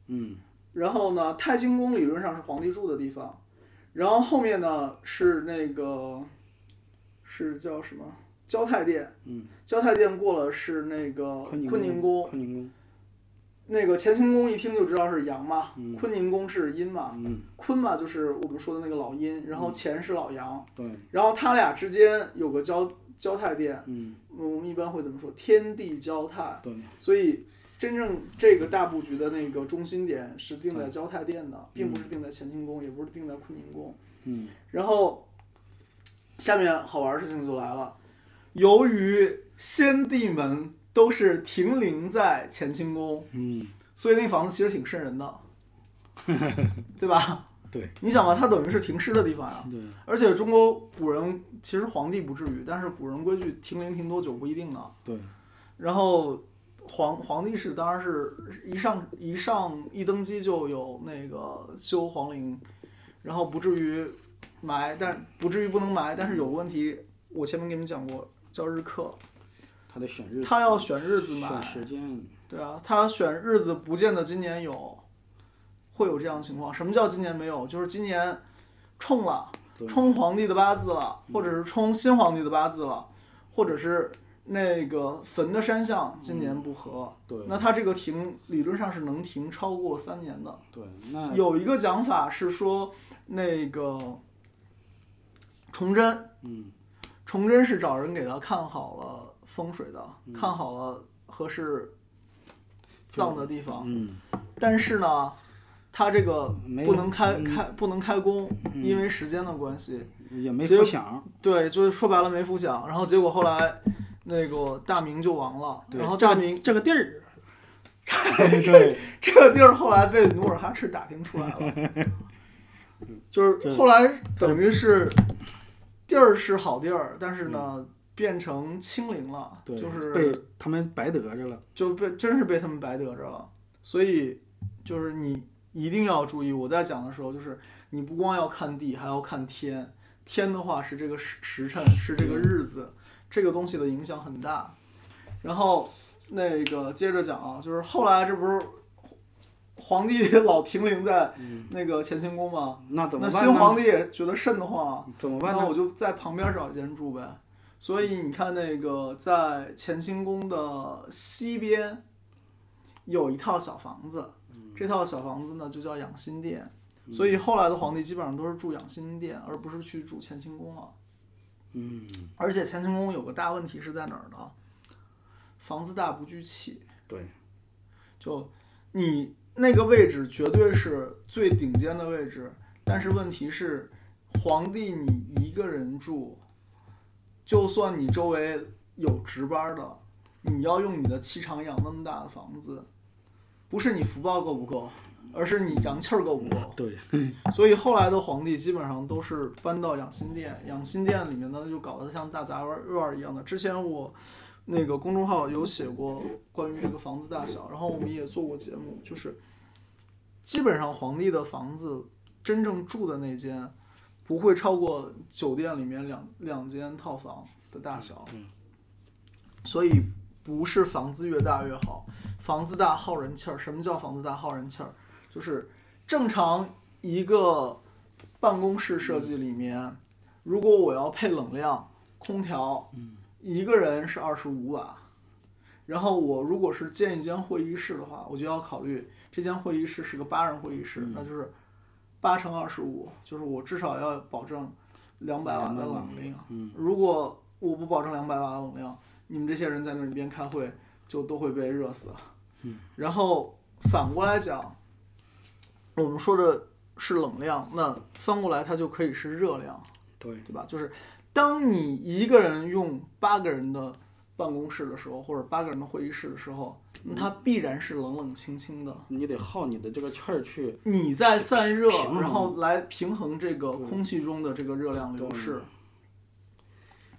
嗯，
然后呢，太清宫理论上是皇帝住的地方，然后后面呢是那个是叫什么交泰殿，
嗯，
交泰殿过了是那个
坤宁
坤宁宫，，
坤宁宫，
那个乾清宫一听就知道是阳嘛，
嗯
坤宁宫是阴嘛，
嗯，
坤嘛就是我们说的那个老阴，然后乾是老阳，
对，
然后他俩之间有个交交泰殿，
嗯
我们一般会怎么说？天地交泰，
对，
所以真正这个大布局的那个中心点是定在交泰殿的，并不是定在乾清宫，也不是定在坤宁宫。
嗯
然后下面好玩儿事情就来了，由于先帝们都是停灵在乾清宫，
嗯，
所以那房子其实挺瘆人的，对吧？
对，
你想吧，它等于是停尸的地方呀、
对，
而且中国古人其实皇帝不至于，但是古人规矩停灵停多久不一定呢。
对，
然后皇皇帝是当然是一上一上一登基就有那个修皇陵，然后不至于埋，但不至于不能埋，但是有个问题，我前面给你们讲过，叫日课，
它得选日子，
他要选日子埋
选，时间，
对啊，他选日子不见得今年有，会有这样的情况。什么叫今年没有？就是今年冲了，
对
冲皇帝的八字了，或者是冲新皇帝的八字了，或者是那个坟的山象今年不合。
嗯对
那他这个停理论上是能停超过三年的。
对，那
有一个讲法是说，那个崇祯，
嗯
崇祯是找人给他看好了风水的，
嗯
看好了合适葬的地方，
嗯
但是呢，他这个
没有嗯
不能开开不能开工，因为时间的关系。
也没
结
浮想，
对，就是说白了没复想，然后结果后来那个大明就亡了，
对
然后大明
这个地儿， 对，
这个地儿后来被努尔哈赤打听出来 了，就是后来等于是地儿是好地儿，但是呢变成清零了，
嗯对，
就是
被他们白得着了，
就被真是被他们白得着了。所以就是你一定要注意，我在讲的时候，就是你不光要看地，还要看天。天的话是这个时时辰，是这个日子，这个东西的影响很大。然后那个接着讲啊，就是后来这不是皇帝老停灵在那个乾清宫吗？
那怎
嗯
么
那
办
新
呢？
皇帝也觉得瘆得慌啊，
怎么办
那
呢？
我就在旁边找一间住呗。所以你看，那个在乾清宫的西边有一套小房子，
嗯
这套小房子呢就叫养心殿。所以后来的皇帝基本上都是住养心殿，而不是去住乾清宫了。
嗯，
而且乾清宫有个大问题是在哪儿呢？房子大不聚气，
对，
就你那个位置绝对是最顶尖的位置，但是问题是，皇帝你一个人住，就算你周围有值班的，你要用你的气场养那么大的房子，不是你福报够不够，而是你阳气儿够不够。
对，
所以后来的皇帝基本上都是搬到养心殿，养心殿里面呢就搞得像大杂院儿一样的。之前我那个公众号有写过关于这个房子大小，然后我们也做过节目，就是基本上皇帝的房子真正住的那间不会超过酒店里面两两间套房的大小，
嗯
所以不是房子越大越好，房子大耗人气儿。什么叫房子大耗人气儿？就是正常一个办公室设计里面，如果我要配冷量、空调，一个人是二十五瓦。然后我如果是建一间会议室的话，我就要考虑这间会议室是个八人会议室，那就是八乘二十五，就是我至少要保证两百瓦的冷量。
嗯
如果我不保证两百瓦冷量，你们这些人在那里边开会就都会被热死。嗯，然后反过来讲，我们说的是冷量，那翻过来它就可以是热量，
对，
对吧？就是当你一个人用八个人的办公室的时候，或者八个人的会议室的时候，那它必然是冷冷清清的。
你得耗你的这个气儿去，
你在散热
平衡，
然后来平衡这个空气中的这个热量流失。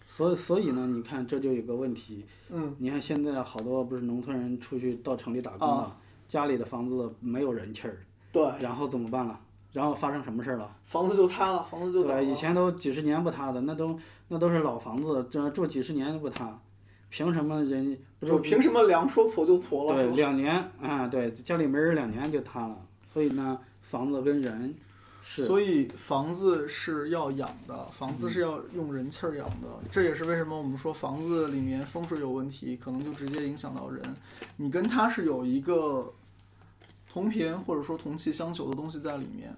所以所以呢，你看这就有个问题，
嗯，
你看现在好多不是农村人出去到城里打工了，家里的房子没有人气
啊
儿，
对，
然后怎么办了？然后发生什么事儿了？
房子就塌了，房子就倒
对，以
了。
前都几十年不塌的，那都那都是老房子，这住几十年不塌，凭什么人不
就是凭什么粮说矬就矬了？
对，两年啊，对，家里没人两年就塌了，所以呢，房子跟人是
所以房子是要养的，房子是要用人气儿养的，这也是为什么我们说房子里面风水有问题，可能就直接影响到人。你跟它是有一个同频或者说同气相求的东西在里面，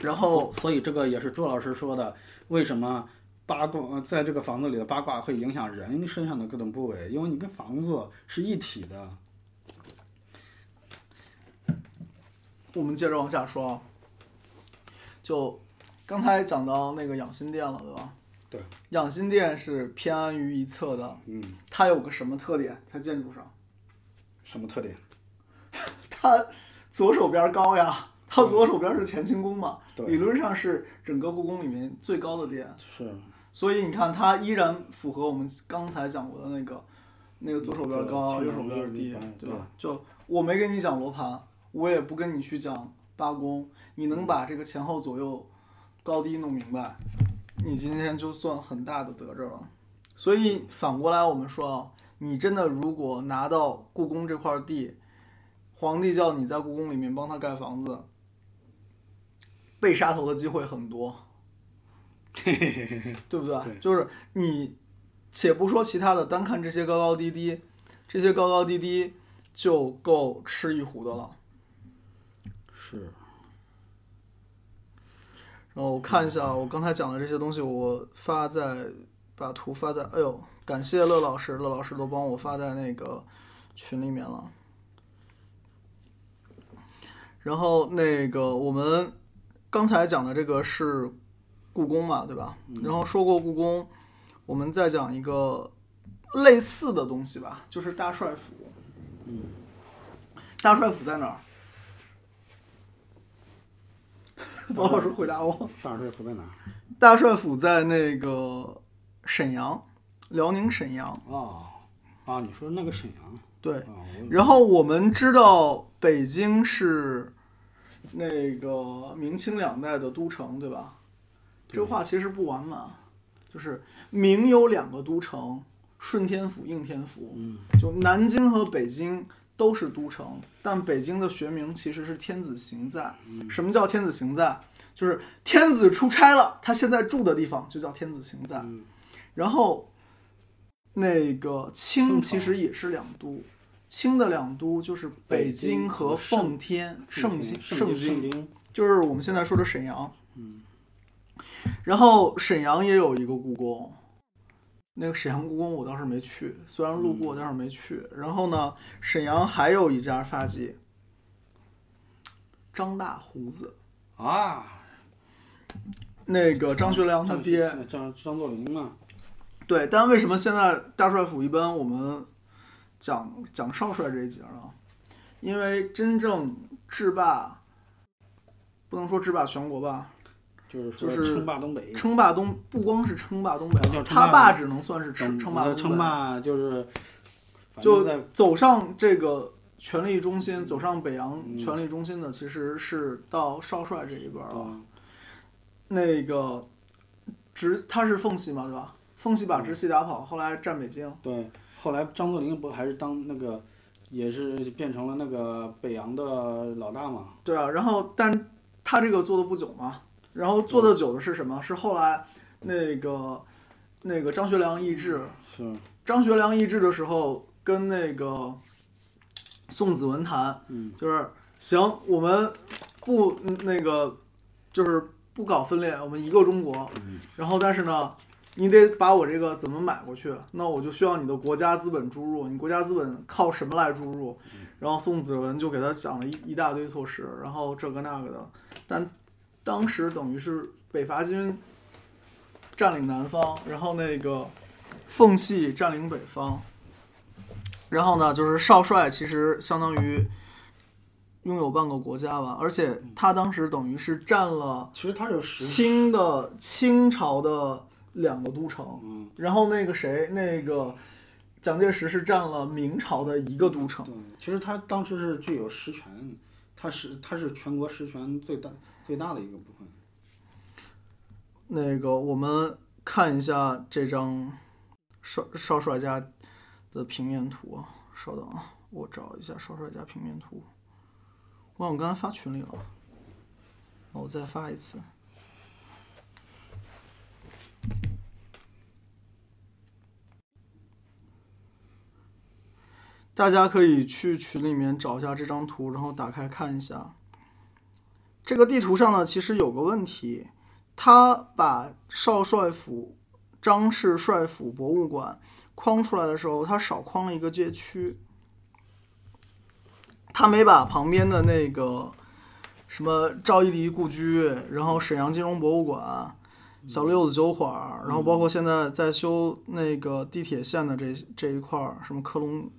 然后
所以这个也是朱老师说的，为什么八卦呃在这个房子里的八卦会影响人身上的各种部位，因为你跟房子是一体的。
我们接着往下说啊，就刚才讲到那个养心殿了，对吧？
对，
养心殿是偏安于一侧的，
嗯，
它有个什么特点？在建筑上，
什么特点？
它左手边高呀，它左手边是乾清宫嘛，
对
理论上是整个故宫里面最高的殿，
是
所以你看它依然符合我们刚才讲过的那个，那个左手边高，
对
右手边低
左手边低，
对吧？就我没跟你讲罗盘，我也不跟你去讲八宫，你能把这个前后左右高低弄明白，你今天就算很大的得着了。所以反过来我们说啊，你真的如果拿到故宫这块地，皇帝叫你在故宫里面帮他盖房子，被杀头的机会很多。对不对？就是你，且不说其他的，单看这些高高低低，这些高高低低就够吃一壶的了。
是，
然后我看一下我刚才讲的这些东西，我发在把图发在，哎呦，感谢乐老师，乐老师都帮我发在那个群里面了。然后那个我们刚才讲的这个是故宫嘛，对吧？然后说过故宫，我们再讲一个类似的东西吧，就是大帅府。嗯，大帅府在哪儿？王老师回答我。
大帅府在哪儿？
大帅府在那个沈阳，辽宁沈阳。
哦，啊，你说那个沈阳
对，
啊，我
然后我们知道北京是那个明清两代的都城，对吧？这话其实不完满，就是明有两个都城，顺天府、应天府。就南京和北京都是都城，但北京的学名其实是天子行在。什么叫天子行在？就是天子出差了，他现在住的地方就叫天子行
嗯
在。 然后，那个清
清
其实也是两都，清的两都就是北京和奉天，
圣
经
圣
圣
圣
经
经
就是我们现在说的沈阳。然后沈阳也有一个故宫，那个沈阳故宫我倒是没去，虽然路过但是没去。然后呢，沈阳还有一家发迹，张大胡子，
啊，
那个张学良他爹。
张张张作霖嘛，
对，但为什么现在大帅府一般我们讲讲少帅这一节呢？因为真正制霸，不能说制霸全国吧，
就是说
就是
称霸东北，
称霸东不光是称霸东北
叫
了，
嗯称霸
他爸只能算是称
等
称霸
呃
东北，
称霸就是，反
就
正在
走上这个权力中心，走上北
嗯
洋权力中心的其实是到少帅这一边了。
啊
那个直他是奉系嘛，对吧？奉系把直系打跑，后来占北京。
对，后来张作霖不还是当那个，也是变成了那个北洋的老大嘛？
对啊，然后但他这个做的不久嘛，然后做的久的是什么？是后来那个那个张学良易帜，
是，
张学良易帜的时候跟那个宋子文谈，
嗯，
就是行，我们不嗯那个就是不搞分裂，我们一个中国，然后但是呢，你得把我这个怎么买过去？那我就需要你的国家资本注入，你国家资本靠什么来注入？然后宋子文就给他讲了一一大堆措施，然后这个那个的，但当时等于是北伐军占领南方，然后那个奉系占领北方，然后呢，就是少帅其实相当于拥有半个国家吧，而且他当时等于是占了。
其实他有十，
清的清朝的两个都城，
嗯，
然后那个谁，那个蒋介石是占了明朝的一个都城，
对，其实他当时是具有实权，他是他是全国实权最大最大的一个部分。
那个我们看一下这张少少帅家的平面图啊，稍等啊，我找一下少帅家平面图。哇，我刚才发群里了，那我再发一次。大家可以去群里面找一下这张图，然后打开看一下。这个地图上呢，其实有个问题，他把少帅府、张氏帅府博物馆框出来的时候，他少框了一个街区，他没把旁边的那个什么赵一荻故居，然后沈阳金融博物馆、小六子酒馆，然后包括现在在修那个地铁线的这这一块儿，什么科隆。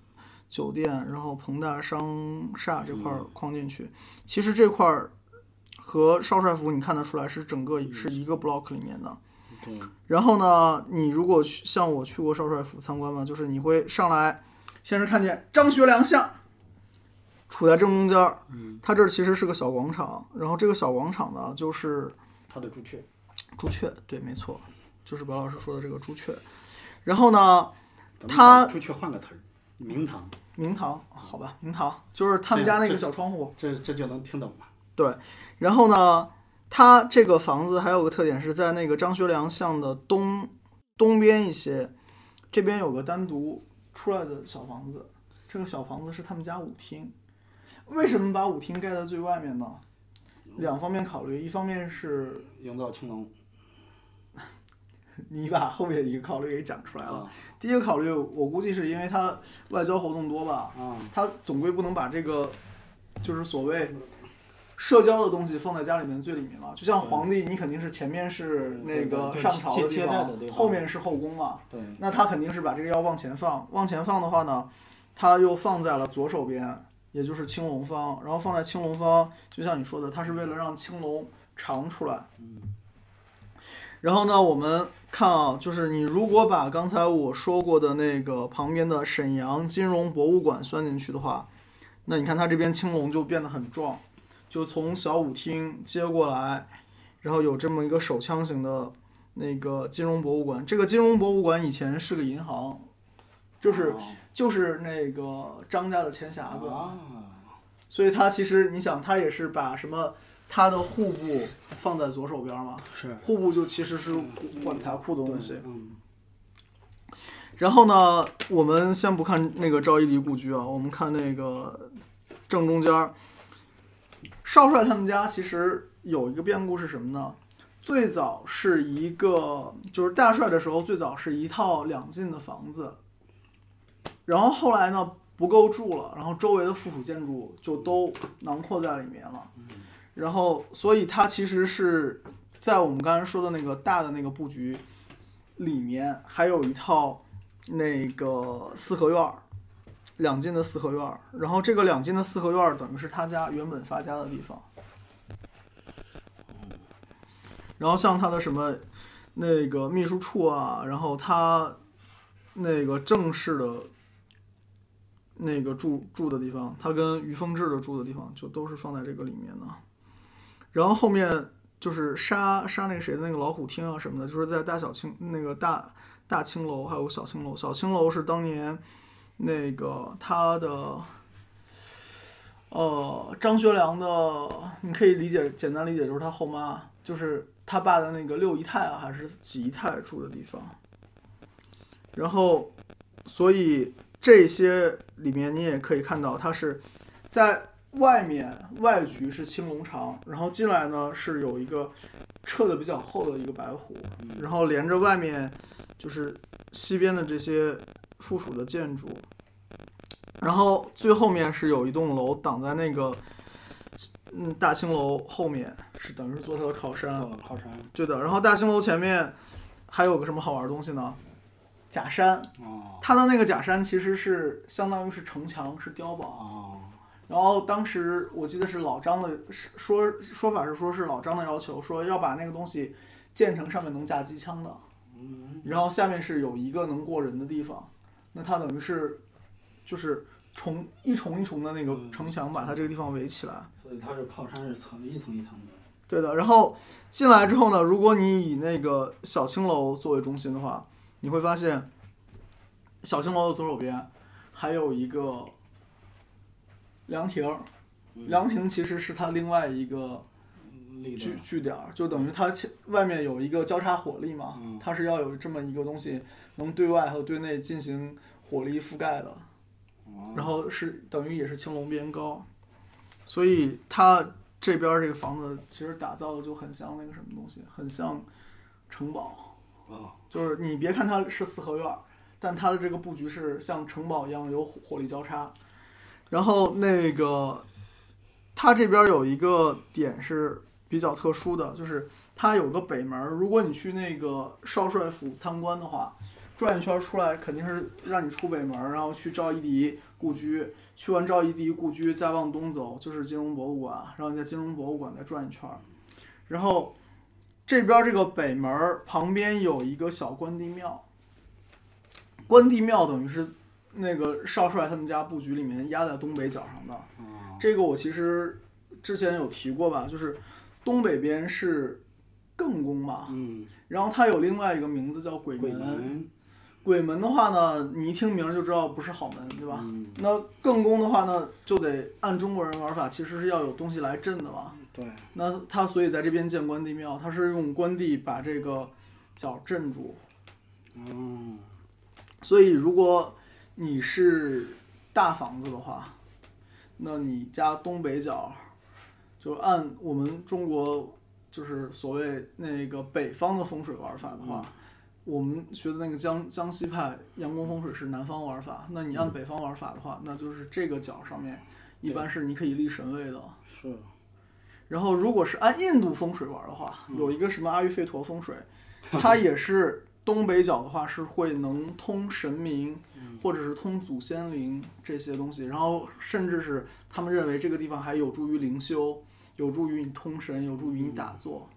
酒店，然后恒大商厦这块儿框进去，其实这块儿和少帅府你看得出来是整个是一个 block 里面的。
对，
然后呢，你如果去像我去过少帅府参观嘛，就是你会上来，先是看见张学良像，处在正中间儿，它这儿其实是个小广场，然后这个小广场呢，就是
他的朱雀，
朱雀，对，没错，就是白老师说的这个朱雀。然后呢，
咱们
他
把朱雀换个词儿，明堂，
明堂，好吧，明堂就是他们家那个小窗户，
这这就能听懂了。
然后呢，它这个房子还有个特点是在那个张学良巷的东东边一些，这边有个单独出来的小房子，这个小房子是他们家舞厅。为什么把舞厅盖在最外面呢？两方面考虑，一方面是
营造青龙
你把后面一个考虑给讲出来了。
啊
第一个考虑，我估计是因为它外交活动多吧，
啊，
他总归不能把这个就是所谓社交的东西放在家里面最里面了。就像皇帝，你肯定是前面是那个
对对对
上朝
接
的
接
地
待
方
的地，方
后面是后宫嘛。
对，
那他肯定是把这个要往前放，往前放的话呢，他又放在了左手边，也就是青龙方，然后放在青龙方，就像你说的，它是为了让青龙长出来。然后呢，我们看啊，就是你如果把刚才我说过的那个旁边的沈阳金融博物馆算进去的话，那你看它这边青龙就变得很壮，就从小舞厅接过来，然后有这么一个手枪型的那个金融博物馆。这个金融博物馆以前是个银行，就是
哦
就是那个张家的钱匣子，
啊，
所以他其实你想，他也是把什么他的户部放在左手边嘛，
是
户部就其实是管财库的东西。
嗯，
然后呢，我们先不看那个赵一荻故居啊，我们看那个正中间儿，少帅他们家其实有一个变故是什么呢？最早是一个，就是大帅的时候，最早是一套两进的房子，然后后来呢不够住了，然后周围的附属建筑就都囊括在里面了，然后所以它其实是在我们刚才说的那个大的那个布局里面，还有一套那个四合院儿，两进的四合院儿，然后这个两进的四合院儿等于是他家原本发家的地方。然后像他的什么那个秘书处啊，然后他那个正式的那个住住的地方，他跟于凤至的住的地方就都是放在这个里面的。然后后面就是杀杀那个谁的那个老虎厅啊什么的，就是在大小青那个大大青楼还有小青楼，小青楼是当年那个他的。呃，张学良的，你可以理解，简单理解就是他后妈，就是他爸的那个六姨太啊，还是几姨太住的地方。然后，所以这些里面你也可以看到，他是在外面外局是青龙长，然后进来呢是有一个撤的比较厚的一个白虎，然后连着外面就是西边的这些附属的建筑，然后最后面是有一栋楼挡在那个嗯大青楼后面，是等于是做它的靠山。
靠靠山
对的，然后大兴楼前面还有个什么好玩的东西呢？假山，
哦
它的那个假山其实是相当于是城墙，是碉堡。
哦，
然后当时我记得是老张的是说说法是说是老张的要求，说要把那个东西建成上面能架机枪的，
嗯
然后下面是有一个能过人的地方，那它等于是就是重一重一重的那个
嗯
城墙把它这个地方围起来。
所以它是靠山是层一层一层的。
对的，然后进来之后呢，如果你以那个小青楼作为中心的话，你会发现小青楼的左手边还有一个凉亭儿，
嗯
凉亭其实是它另外一个
立的
据据点儿，就等于它前外面有一个交叉火力嘛
嗯，
它是要有这么一个东西能对外和对内进行火力覆盖的。
哦
然后是等于也是青龙边高，所以它这边儿这个房子其实打造的就很像那个什么东西，很像城堡。
哦
就是你别看它是四合院儿，但它的这个布局是像城堡一样有火火力交叉。然后那个它这边儿有一个点是比较特殊的，就是它有个北门儿。如果你去那个少帅府参观的话，转一圈儿出来肯定是让你出北门儿，然后去赵一荻故居，去完赵一荻故居再往东走就是金融博物馆，然后你在金融博物馆再转一圈儿，然后这边儿这个北门儿旁边有一个小关帝庙，关帝庙等于是那个少帅他们家布局里面压在东北角上的。
哦
这个我其实之前有提过吧，就是东北边是艮宫嘛，
嗯，
然后它有另外一个名字叫鬼
鬼
门。
门
鬼门的话呢，你一听名儿就知道不是好门，对
对
吧？？
嗯
那艮宫的话呢，就得按中国人玩法，其实是要有东西来镇的嘛。
对，
那他所以在这边建关帝庙，他是用关帝把这个角镇住，
嗯
所以，如果你是大房子的话，那你家东北角，就按我们中国就是所谓那个北方的风水玩法的话，我们学的那个江江西派阳光风水是南方玩法。那你按北方玩法的话，那就是这个角上面一般是你可以立神位的。
是
然后，如果是按印度风水玩的话，有一个什么阿育吠陀风水，它也是东北角的话是会能通神明，或者是通祖先灵这些东西。然后，甚至是他们认为这个地方还有助于灵修，有助于你通神，有助于你打坐。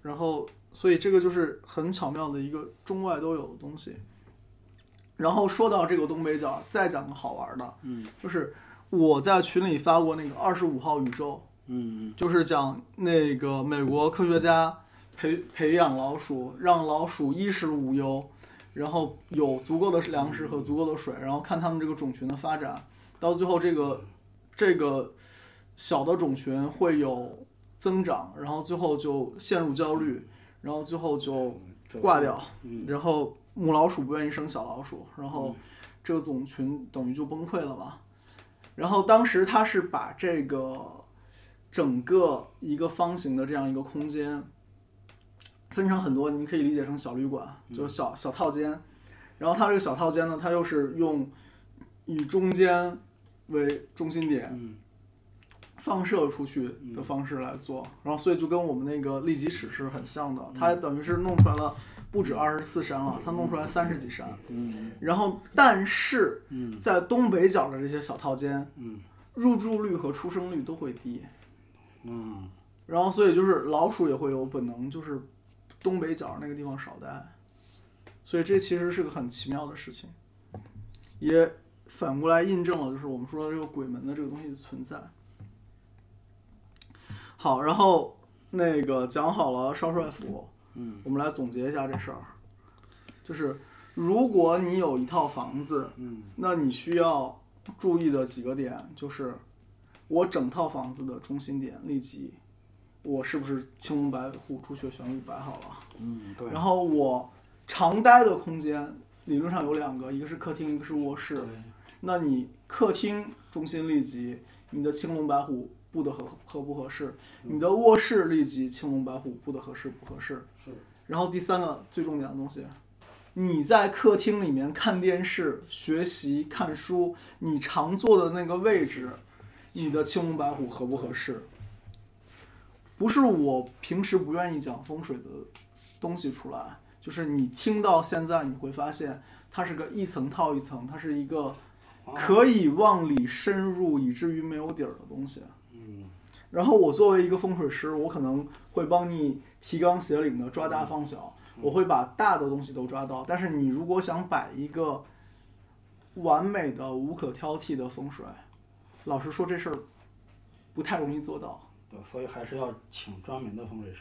然后，所以这个就是很巧妙的一个中外都有的东西。然后说到这个东北角，再讲个好玩的，
嗯
就是我在群里发过那个二十五号宇宙。
嗯
就是讲那个美国科学家培培养老鼠，让老鼠衣食无忧，然后有足够的粮食和足够的水，然后看它们这个种群的发展，到最后这个这个小的种群会有增长，然后最后就陷入焦虑，然后最后就
走
挂掉，
嗯
然后母老鼠不愿意生小老鼠，然后这个种群等于就崩溃了嘛。然后当时他是把这个整个一个方形的这样一个空间分成很多，你可以理解成小旅馆，
嗯
就是小小套间。然后它这个小套间呢，它又是用以中间为中心点，
嗯
放射出去的方式来做，然后所以就跟我们那个立即尺是很像的，
嗯
它等于是弄出来了不止二十四山了，它弄出来三十几山，
嗯
然后但是
嗯
在东北角的这些小套间，
嗯
入住率和出生率都会低，
嗯
然后所以就是老鼠也会有本能，就是东北角那个地方少待，所以这其实是个很奇妙的事情，也反过来印证了就是我们说的这个鬼门的这个东西的存在。好，然后那个讲好了少帅府，
嗯，
我们来总结一下这事儿，就是如果你有一套房子，
嗯
那你需要注意的几个点就是，我整套房子的中心点立即，我是不是青龙白虎朱雀玄武摆好了？
嗯，对
然后我常待的空间理论上有两个，一个是客厅，一个是卧室。
对
那你客厅中心立即，你的青龙白虎布的合合不合适，你的卧室立即青龙白虎布的合适不合适。
是
然后第三个最重点的东西，啊你在客厅里面看电视、学习、看书，你常坐的那个位置，你的青龙白虎合不合适？不是我平时不愿意讲风水的东西出来，就是你听到现在，你会发现它是个一层套一层，它是一个可以往里深入以至于没有底儿的东西。
嗯，
然后我作为一个风水师，我可能会帮你提纲挈领的抓大放小，我会把大的东西都抓到。但是你如果想摆一个完美的、无可挑剔的风水，老实说这事儿不太容易做到。
对，所以还是要请专门的风水师。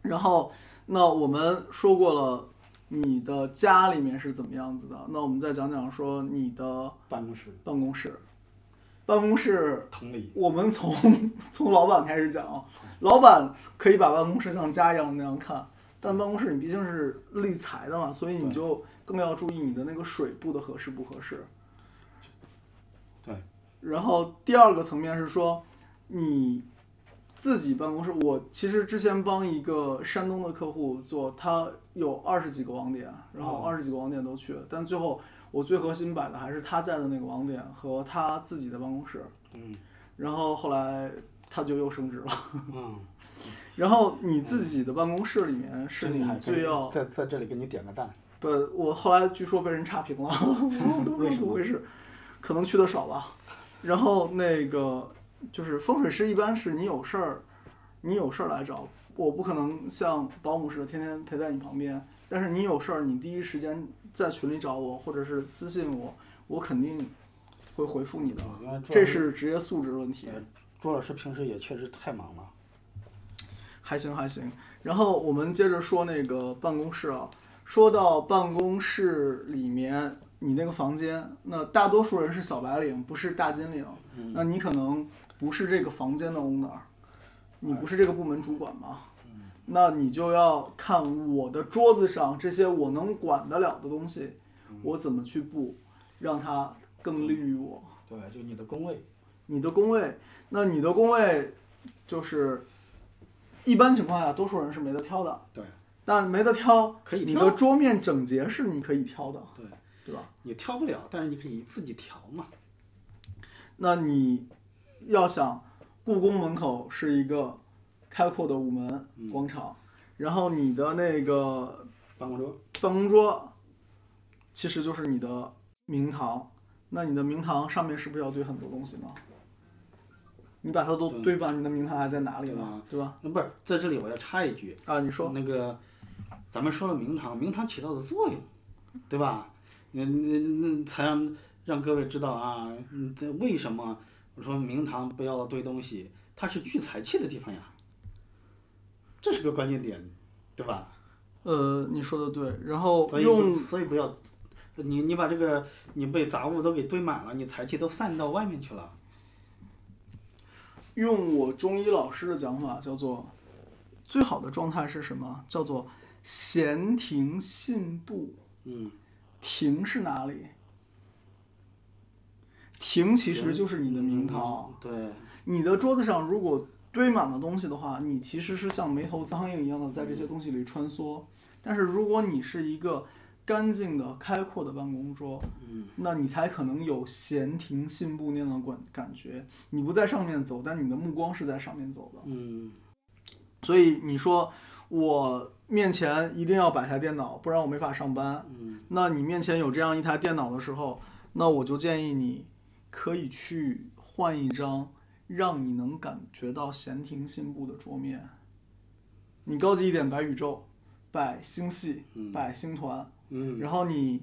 然后，那我们说过了你的家里面是怎么样子的，那我们再讲讲说你的
办公室
办公室。办公室，
同理，
我们从 从老板开始讲啊，老板可以把办公室像家一样那样看，但办公室你毕竟是立财的嘛，所以你就更要注意你的那个水布的合适不合适。
对，
然后第二个层面是说，你自己办公室，我其实之前帮一个山东的客户做，他有二十几个网点，然后
哦
二十几个网点都去了，但最后我最核心摆的还是他在的那个网点和他自己的办公室。
嗯
然后后来他就又升职了。
嗯，
然后你自己的办公室里面是
这里
你
还可以
最要
在在这里给你点个赞。
不，我后来据说被人差评了，我都不知道怎么回事，可能去的少吧。然后那个就是风水师，一般是你有事儿，你有事儿来找我，不可能像保姆似的天天陪在你旁边。但是你有事儿，你第一时间在群里找我，或者是私信我，我肯定会回复你的。
我们朱
这
老师
是职业素质问题。
朱老师平时也确实太忙了。
还行还行。然后我们接着说那个办公室啊，说到办公室里面，你那个房间，那大多数人是小白领，不是大金领，那你可能不是这个房间的 owner，你不是这个部门主管嘛？那你就要看我的桌子上这些我能管得了的东西，我怎么去布，让它更利于我。
对，就你的工位，
你的工位，那你的工位就是一般情况下，多数人是没得挑的。
对。
但没得挑，
可以
你
挑
的桌面整洁是你可以挑的，
对
对吧？
你挑不了，但是你可以自己调嘛。
那你要想，故宫门口是一个开阔的午门
嗯
广场，然后你的那个
办公桌，
办公桌其实就是你的明堂，那你的明堂上面是不是要堆很多东西呢？你把它都
对啊
堆满，你的明堂还在哪里呢？对吧？
那嗯不是在这里我要插一句，
啊，你说，
那个，咱们说了明堂，明堂起到的作用，对吧？那那那才让让各位知道啊，嗯，这为什么我说明堂不要堆东西，它是聚财气的地方呀，这是个关键点，对吧？
呃，你说的对，然后
所以
用
所以不要，你你把这个你被杂物都给堆满了，你财气都散到外面去了。
用我中医老师的讲法叫做，最好的状态是什么？叫做闲庭信步。
嗯，
庭是哪里？庭其实就是你的明堂。
嗯。对，
你的桌子上如果堆满了东西的话，你其实是像没头苍蝇一样的在这些东西里穿梭。但是如果你是一个干净的、开阔的办公桌，
嗯，
那你才可能有闲庭信步那样的感感觉。你不在上面走，但你的目光是在上面走的。
嗯，
所以你说我面前一定要摆台电脑，不然我没法上班。
嗯，
那你面前有这样一台电脑的时候，那我就建议你可以去换一张让你能感觉到闲庭信步的桌面。你高级一点，摆宇宙，摆星系，摆星团，
嗯，
然后你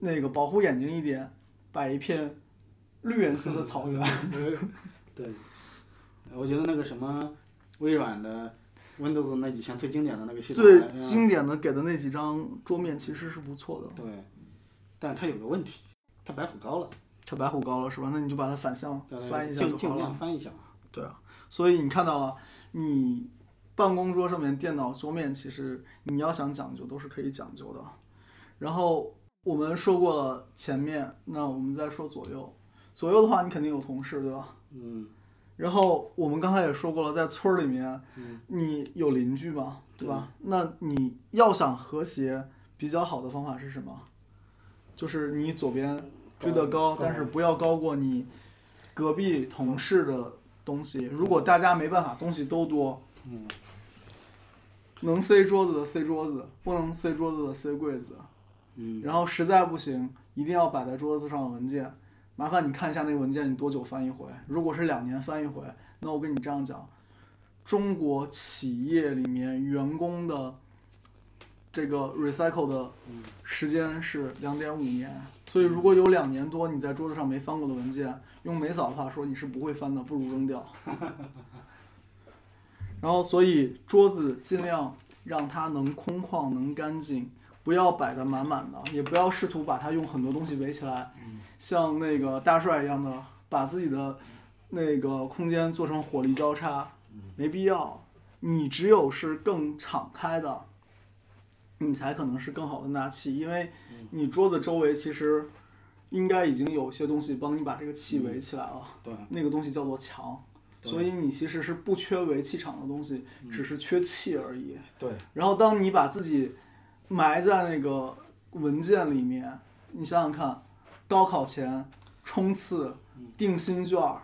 那个保护眼睛一点，摆一片绿颜色的草 原。
对，我觉得那个什么微软的 Windows 那以前最经典的那个系统，
最
嗯
经典的给的那几张桌面其实是不错的。
对，但是它有个问题，它白虎高了，
它白虎高了是吧？那你就把它反向
呃
翻一下
尽
就
尽
好
量
了。
翻一下。
对啊，所以你看到了，你办公桌上面电脑桌面，其实你要想讲究都是可以讲究的。然后我们说过了前面，那我们再说左右。左右的话，你肯定有同事，对吧？
嗯，
然后我们刚才也说过了，在村儿里面，你有邻居嘛，嗯对吧？那你要想和谐，比较好的方法是什么？就是你左边堆得高，
高
但是不要高过你隔壁同事的东西。如果大家没办法，东西都多，
嗯，
能塞桌子的塞桌子，不能塞桌子的塞柜子。
嗯，
然后实在不行，一定要摆在桌子上的文件。麻烦你看一下那个文件，你多久翻一回？如果是两年翻一回，那我跟你这样讲，中国企业里面员工的这个 recycle 的时间是两点五年，所以如果有两年多你在桌子上没翻过的文件，用梅嫂的话说你是不会翻的，不如扔掉。然后，所以桌子尽量让它能空旷、能干净，不要摆得满满的，也不要试图把它用很多东西围起来，像那个大帅一样的把自己的那个空间做成火力交叉，没必要。你只有是更敞开的，你才可能是更好的纳气，因为你桌子周围其实应该已经有些东西帮你把这个气围起来了。
对，
那个东西叫做墙，
嗯对
所以你其实是不缺为气场的东西，只是缺气而已。
对，
然后当你把自己埋在那个文件里面，你想想看，高考前冲刺、定心卷儿、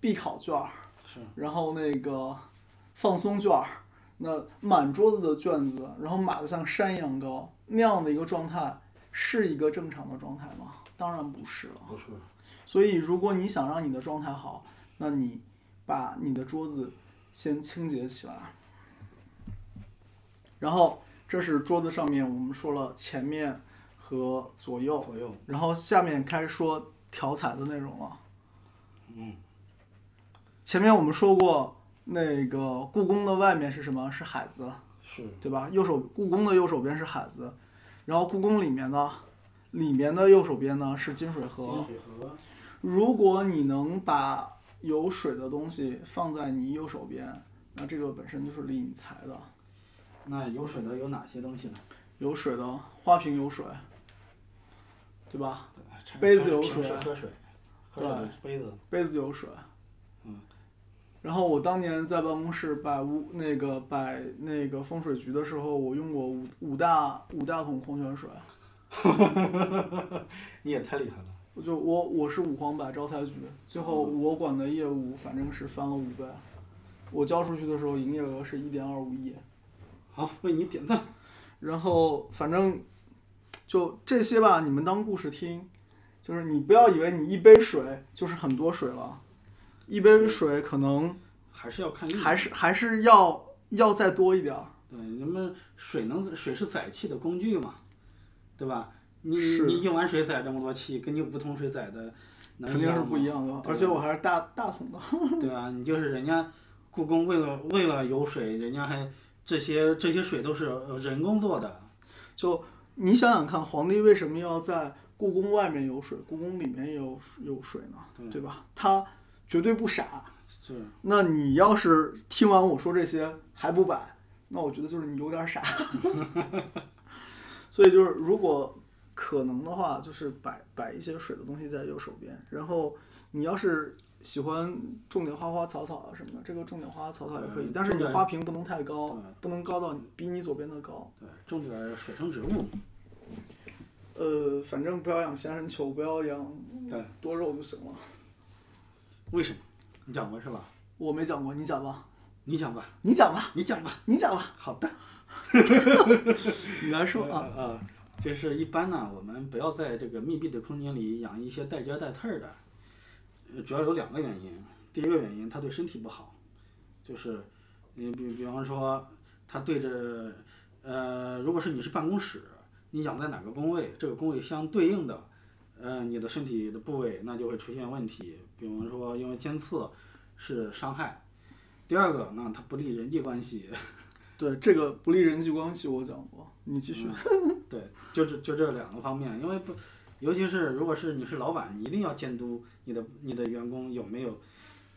必考卷儿，
是，
然后那个放松卷儿，那满桌子的卷子，然后码得像山一样高，那样的一个状态是一个正常的状态吗？当然不是了。
不是，啊
所以，如果你想让你的状态好，那你把你的桌子先清洁起来。然后，这是桌子上面我们说了前面和左右，
左右，
然后下面开始说调彩的内容了。
嗯，
前面我们说过，那个故宫的外面是什么？是海子。
是，
对吧？右手故宫的右手边是海子，然后故宫里面呢，里面的右手边呢是金水河
金。水河，
如果你能把有水的东西放在你右手边，那这个本身就是理你财的。
那有水的有哪些东西呢？
有水的花瓶有水，对吧？
对
杯子有
平时
水啊
喝水，喝水的杯子，
杯子有水。
嗯。
然后我当年在办公室摆屋那个摆那个风水局的时候，我用过五五大五大桶矿泉水。
你也太厉害了，
我就我我是五黄百招财局，最后我管的业务反正是翻了五倍，我交出去的时候营业额是一点二五亿，
好，为你点赞，
然后反正就这些吧，你们当故事听，就是你不要以为你一杯水就是很多水了，一杯水可能
还是要看运
还是还是要要再多一点儿，
对，人们水能水是载气的工具嘛，对吧？你
是
你一碗水载这么多气，跟你五桶水载的能
肯定是
样
不一样的
吗，
而且我还是大大桶的，
吗，对吧？你就是人家故宫为了为了有水，人家还这些这些水都是呃人工做的，
就你想想看，皇帝为什么要在故宫外面有水，故宫里面也有有水呢？对吧？他绝对不傻。
是
那你要是听完我说这些还不摆，那我觉得就是你有点傻。 所以就是，如果可能的话，就是摆摆一些水的东西在右手边。然后你要是喜欢种点花花草草啊什么的，这个种点花花草草也可以
嗯，
但是你
种点
花瓶不能太高
对，
不能高到你比你左边的高。
对，种点儿水生植物，
呃，反正不要养仙人球，不要养
对
多肉就行了。
为什么？你讲过是吧？
我没讲过，你讲吧，
你讲吧，
你讲吧，
你讲吧。
你 讲吧，
好的，
你来说
呃
啊。
呃，就是一般呢，我们不要在这个密闭的空间里养一些带尖儿带刺儿的，呃主要有两个原因。第一个原因，它对身体不好，就是你比比方说，它对着呃，如果是你是办公室，你养在哪个工位，这个工位相对应的，呃，你的身体的部位那就会出现问题。比方说，因为尖刺是伤害。第二个呢，它不利人际关系，
对这个不利人际关系，我讲过，你继续。
对，就这就这两个方面，因为不，尤其是如果是你是老板，你一定要监督你的你的员工有没有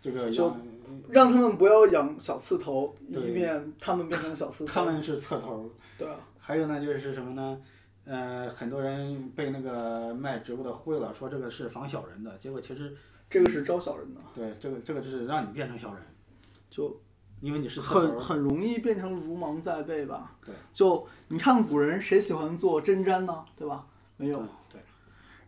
这个
就
养，
嗯让他们不要养小刺头，以
对
免他们变成小刺头。
他们是侧头儿，
对啊，
还有呢就是什么呢？呃，很多人被那个卖植物的忽悠了，说这个是防小人的，结果其实
这个是招小人的，
对这个这个就是让你变成小人，
嗯就
因为你是刺头
很很容易变成如芒在背吧。
对，
就你看古人谁喜欢做针毡呢？对吧？没有。
嗯对，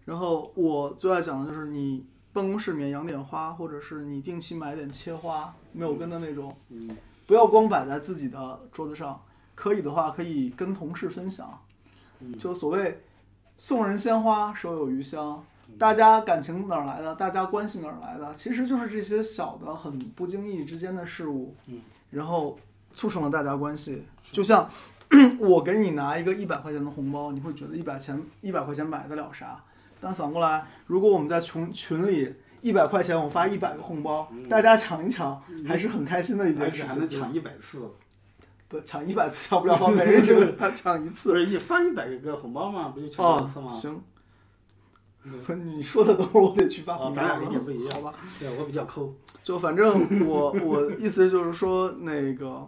然后我最爱讲的就是你办公室里面养点花，或者是你定期买点切花，没有根的那种，
嗯，
不要光摆在自己的桌子上，可以的话可以跟同事分享。
嗯
就所谓送人鲜花，手有余香。
嗯
大家感情哪儿来的？大家关系哪儿来的？其实就是这些小的、很不经意之间的事物，
嗯
然后促成了大家关系。就像 我给你拿一个一百块钱的红包，你会觉得一百钱一百块钱买得了啥？但反过来，如果我们在群群里一百块钱我发一百个红包，大家抢一抢，还是很开心的一
而
件
且
事
嗯还
情。
能抢一百次，
不抢一百次抢不了吧？每人只 能抢一次。
不是一发一百个红包吗？不就抢一百次
哦，
吗？
行
嗯，
不是 你说的等会儿我得去发
哦
红包
咱俩
了
理解不一样
好吧？
对我比较抠，
就反正我我意思就是说那个，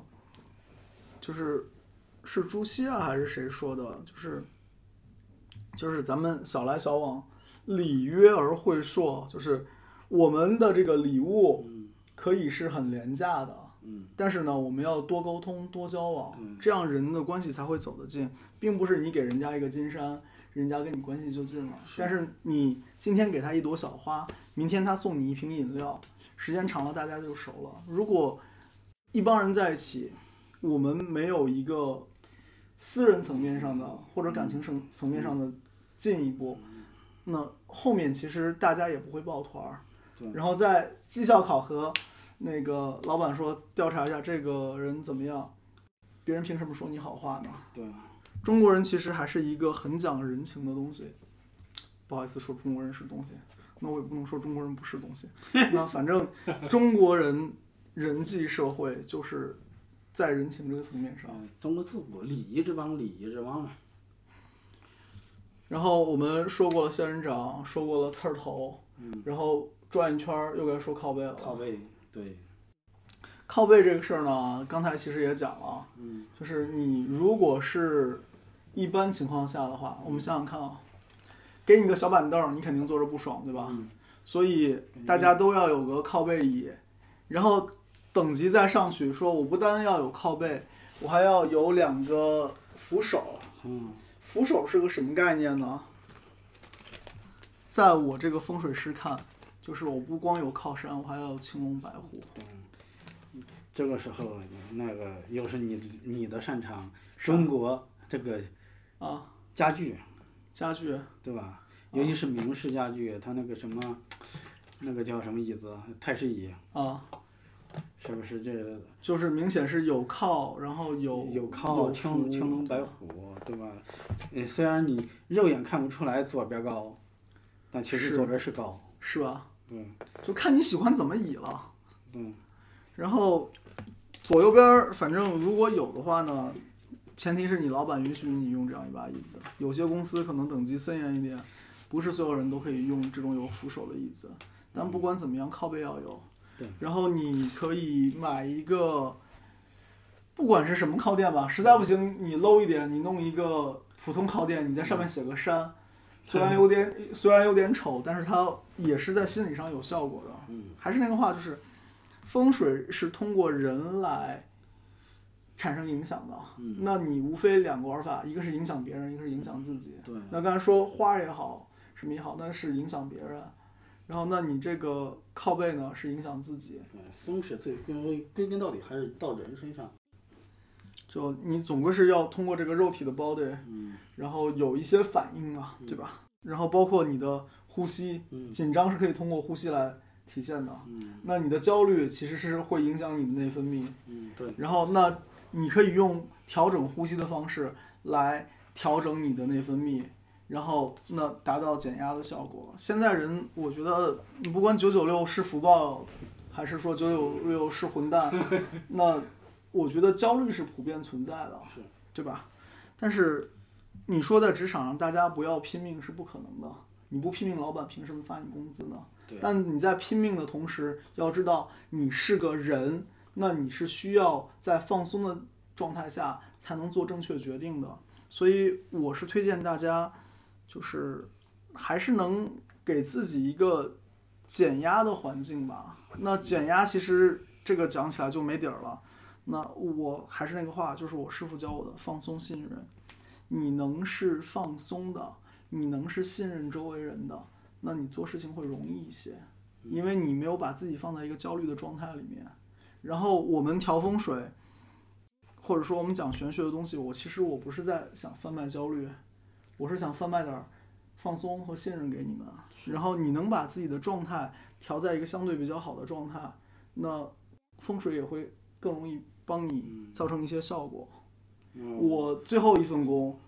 就是是朱熹啊还是谁说的？就是就是咱们小来小往，礼约而会硕，就是我们的这个礼物
嗯
可以是很廉价的，
嗯
但是呢，我们要多沟通、多交往，这样人的关系才会走得近，并不是你给人家一个金山，人家跟你关系就近了。但是你今天给他一朵小花，明天他送你一瓶饮料，时间长了大家就熟了。如果一帮人在一起，我们没有一个私人层面上的或者感情层层面上的进一步，那后面其实大家也不会抱团儿
对。
然后在绩效考核，那个老板说调查一下这个人怎么样，别人凭什么说你好话呢？
对，
中国人其实还是一个很讲人情的东西。不好意思说中国人是东西，那我也不能说中国人不是东西。 那反正中国人人际社会就是在人情这个层面上。
嗯中国自古礼仪之邦，礼仪之邦嘛，
然后我们说过了仙人掌，说过了刺儿头，
嗯，
然后转一圈儿又该说靠背了。
靠背，对，
靠背这个事儿呢，刚才其实也讲了，啊
嗯，
就是你如果是一般情况下的话，我们
嗯
想想看啊，给你个小板凳儿，你肯定坐着不爽，对吧？
嗯
所以大家都要有个靠背椅，然后等级再上去，说我不单要有靠背，我还要有两个扶手。
嗯，
扶手是个什么概念呢？在我这个风水师看，就是我不光有靠山，我还要有青龙白虎。
这个时候那个又是你你的擅长，中国这个
啊，
家具，
家具
对吧？尤其是明式家具，它那个什么，那个叫什么椅子，太师椅，
啊，
是不是这
就是明显是有靠，然后有
有靠
有扶
青青龙白虎，对吧？呃，虽然你肉眼看不出来左边高，但其实
是
左边是高，
是吧？
嗯，
就看你喜欢怎么倚了。
嗯，
然后左右边儿反正如果有的话呢，前提是你老板允许你用这样一把椅子。有些公司可能等级森严一点，不是所有人都可以用这种有扶手的椅子。但不管怎么样，靠背要有
对。
然后你可以买一个，不管是什么靠垫吧，实在不行你 low 一点，你弄一个普通靠垫，你在上面写个山，虽然有点虽然有点丑，但是它也是在心理上有效果的。
嗯，
还是那个话，就是风水是通过人来产生影响的。
嗯
那你无非两个玩法，一个是影响别人，一个是影响自己。
对，
那刚才说花也好，什么也好，那是影响别人。然后，那你这个靠背呢，是影响自己。
对呃风水最归归根到底还是到人身上，
就你总归是要通过这个肉体的 body，
嗯
然后有一些反应啊，对吧？然后包括你的呼吸，
嗯
紧张是可以通过呼吸来体现的。
嗯
那你的焦虑其实是会影响你的内分泌，
嗯，对，
然后那你可以用调整呼吸的方式来调整你的内分泌，然后那达到减压的效果。现在人我觉得你不管九九六是福报，还是说九九六是混蛋，那我觉得焦虑是普遍存在的，
是
对吧？但是你说在职场上大家不要拼命是不可能的，你不拼命，老板凭什么发你工资呢？
对
但你在拼命的同时，要知道你是个人，那你是需要在放松的状态下才能做正确决定的。所以我是推荐大家，就是还是能给自己一个减压的环境吧。那减压其实这个讲起来就没底儿了。那我还是那个话，就是我师傅教我的，放松信任。你能是放松的，你能是信任周围人的，那你做事情会容易一些，因为你没有把自己放在一个焦虑的状态里面。然后我们调风水，或者说我们讲玄学的东西，我其实我不是在想贩卖焦虑，我是想贩卖点儿放松和信任给你们。然后你能把自己的状态调在一个相对比较好的状态，那风水也会更容易帮你造成一些效果。
嗯
我最后一份工，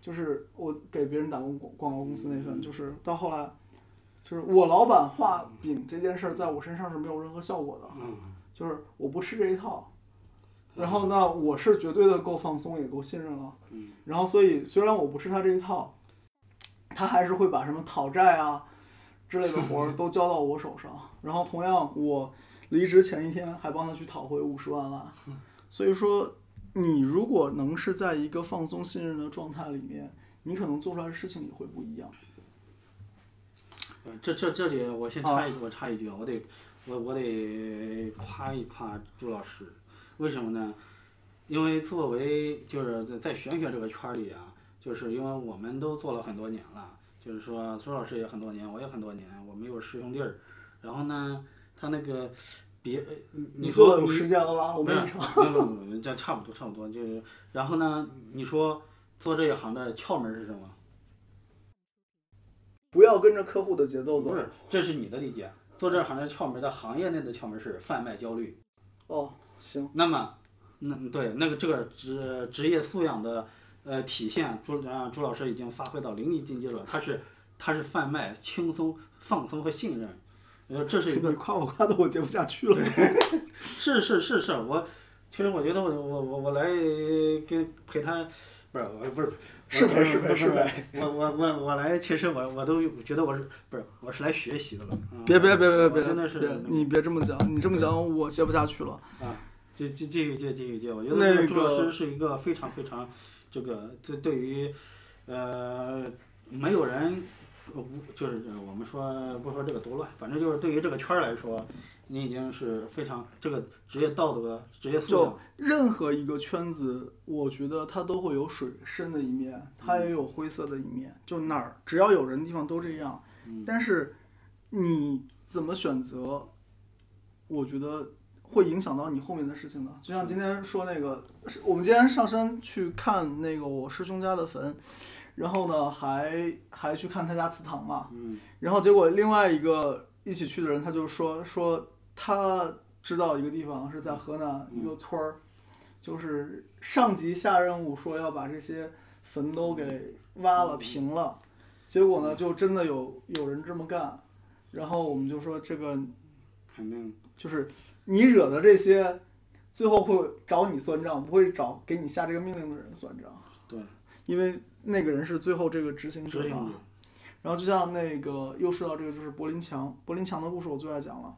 就是我给别人打工广广告公司那份，就是到后来，就是我老板画饼这件事儿在我身上是没有任何效果的，
嗯
就是我不吃这一套。然后呢，我是绝对的够放松，也够信任了。
嗯
然后所以虽然我不吃他这一套，他还是会把什么讨债啊之类的活 儿都交到我手上。然后同样，我离职前一天还帮他去讨回五十万来。所以说，你如果能是在一个放松信任的状态里面，你可能做出来的事情也会不一样。
呃这这这里我先插一、我插一句啊，我得我我得夸一夸朱老师，为什么呢？因为作为就是在在玄学这个圈儿里啊，就是因为我们都做了很多年了，就是说朱老师也很多年，我也很多年，我们有师兄弟儿，然后呢，他那个别呃你
做
说
了有
你
时间了吧？我
没
没
有
有，
嗯没有没有这差不多差不多就是，然后呢，你说做这一行的窍门是什么？
不要跟着客户的节奏走
不。是，这是你的理解。做这行的窍门的行业内的窍门是贩卖焦虑。
哦，行，
那么，那对那个这个职职业素养的呃体现，朱啊朱老师已经发挥到淋漓尽致了。他是他是贩卖轻松、放松和信任。呃，这是一个
你夸我夸的我接不下去了。
是是是是，我其实我觉得我我我我来跟陪他，不是我不是
是
陪
呗是呗是呗，
我我我我来，其实我我都觉得我是不是我是来学习的了。嗯
别别别别
我
别，
真的是
别你别这么讲，你这么讲我接不下去了。
这这这个这这个这，我觉
那
得
个
朱老师是一个非常非常这个对对于呃没有人呃无就是我们说不说这个多乱，反正就是对于这个圈儿来说，你已经是非常这个职业道德、职业素养。
就任何一个圈子，我觉得它都会有水深的一面，它也有灰色的一面，就哪儿只要有人的地方都这样。
嗯
但是你怎么选择，我觉得会影响到你后面的事情的。就像今天说那个，是我们今天上山去看那个我师兄家的坟，然后呢还还去看他家祠堂嘛，
嗯
然后结果另外一个一起去的人，他就说说他知道一个地方是在河南一个村儿，就是上级下任务说要把这些坟都给挖了平了，结果呢就真的有有人这么干，然后我们就说这个
肯定
就是你惹的这些，最后会找你算账，不会找给你下这个命令的人算账，
对，
因为那个人是最后这个执行
执
者
行
嘛。
力
然后就像那个又说到这个，就是柏林墙，柏林墙的故事我最爱讲了。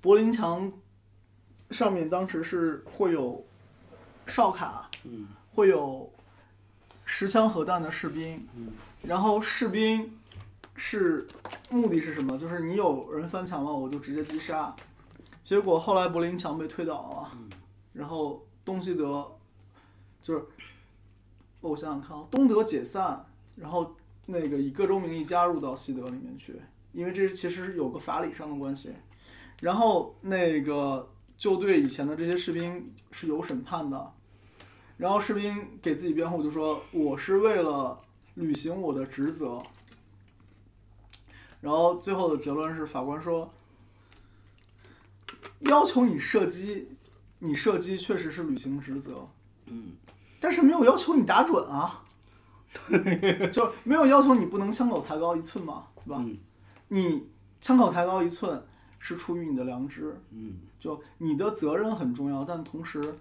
柏林墙上面当时是会有哨卡，
嗯
会有持枪核弹的士兵，
嗯
然后士兵是目的是什么？就是你有人翻墙了，我就直接击杀。结果后来柏林墙被推倒了，然后东西德就是我想想看，啊，东德解散，然后那个以各州名义加入到西德里面去，因为这其实是有个法理上的关系。然后那个就对以前的这些士兵是有审判的，然后士兵给自己辩护，就说我是为了履行我的职责。然后最后的结论是，法官说，要求你射击，你射击确实是履行职责，
嗯，
但是没有要求你打准 啊，就是没有要求你不能枪口抬高一寸嘛，对吧？
嗯
你枪口抬高一寸是出于你的良知，
嗯，
就你的责任很重要，但同时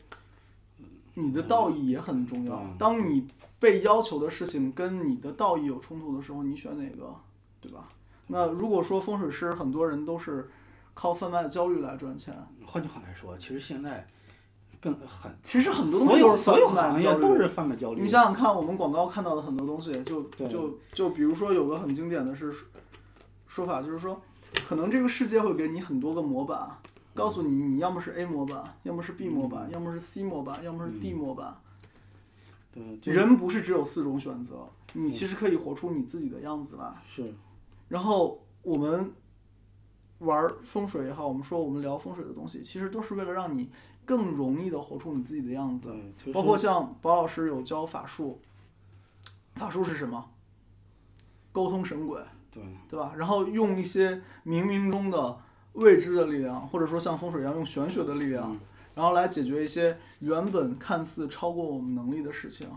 你的道义也很重要
嗯。
当你被要求的事情跟你的道义有冲突的时候，你选哪个，对
嗯
吧？那如果说风水师很多人都是靠贩卖焦虑来赚钱，
换句话来说，其实现在更狠。
其实很多东
所
西都
有
是
所有
贩卖
行
焦
业
虑
都是贩卖焦虑。
你想想看，我们广告看到的很多东西，就
对
就就比如说有个很经典的是说说法，就是说，可能这个世界会给你很多个模板，告诉你你要么是 A 模板，要么是 B 模
嗯
板，要么是 C 模板，要么是 D 模板。
对，这
人不是只有四种选择，
嗯
你其实可以活出你自己的样子来。
是
然后我们玩风水也好，我们说我们聊风水的东西，其实都是为了让你更容易的活出你自己的样子。
对，就是
包括像宝老师有教法术，法术是什么？沟通神鬼，
对
对吧？然后用一些冥冥中的未知的力量，或者说像风水一样用玄学的力量，
嗯
然后来解决一些原本看似超过我们能力的事情。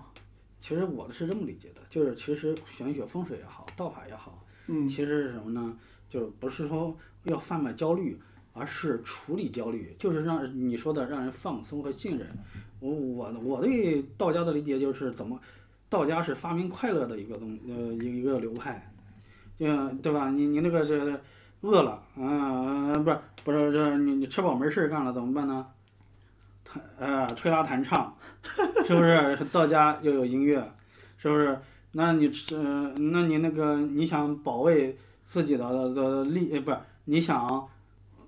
其实我是这么理解的，就是其实玄学、风水也好，道法也好，
嗯，
其实是什么呢？就是不是说要贩卖焦虑，而是处理焦虑，就是让你说的让人放松和信任。我我我对道家的理解就是怎么，道家是发明快乐的一个东呃一个流派，嗯对吧？你你那个是饿了，嗯、不是不是这你你吃饱没事儿干了怎么办呢？弹呃吹拉弹唱，是不是？道家又有音乐，是不是？那你吃，呃那你那个你想保卫自己的的利，呃不是你想，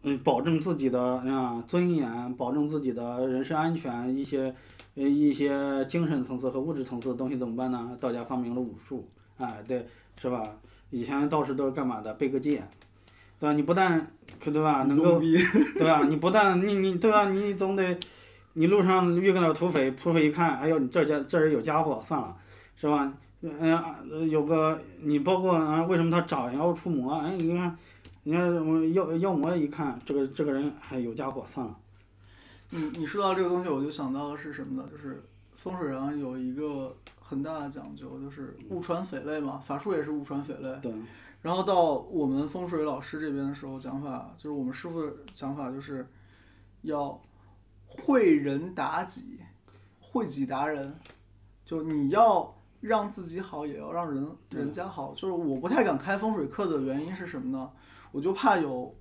嗯，保证自己的啊、尊严，保证自己的人身安全，一些呃一些精神层次和物质层次的东西怎么办呢？道家发明了武术，啊，对，是吧？以前道士都是干嘛的？背个剑，对吧？你不但可对吧，能够
牛逼，
对吧？你不但你你对吧？你总得，你路上遇见了土匪，土匪一看，哎呦，你这家这人有家伙，算了，是吧？嗯、呃，有个你包括啊、为什么他找妖除魔？哎，你看，你看我妖妖魔一看，这个这个人还、哎、有家伙，算了，
你你说到这个东西，我就想到的是什么呢？就是风水上有一个很大的讲究，就是物传匪类嘛，法术也是物传匪类。
对，
然后到我们风水老师这边的时候，讲法就是我们师傅的讲法就是要会人达己，会己达人，就你要让自己好，也要让人人家好。就是我不太敢开风水课的原因是什么呢？我就怕有。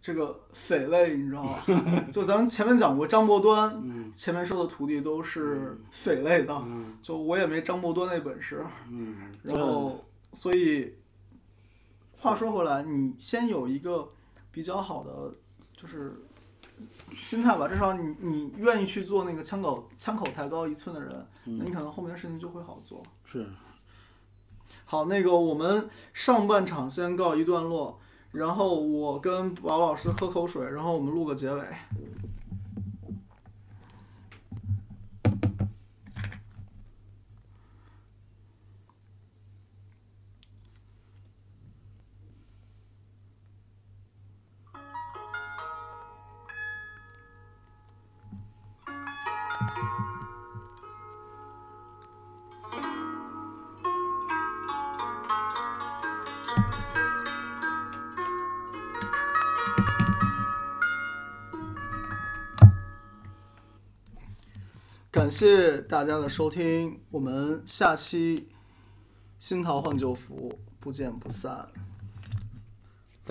这个匪类，你知道吧？ 就咱们前面讲过，张伯端
嗯
前面收的徒弟都是匪类的，
嗯
就我也没张伯端那本事。
嗯，
然后，所以话说回来，你先有一个比较好的就是心态吧，至少你你愿意去做那个枪口枪口抬高一寸的人，那你可能后面的事情就会好做。
是
好，那个我们上半场先告一段落，然后我跟宝老师喝口水，然后我们录个结尾。感谢大家的收听，我们下期新桃换旧符，不见不散。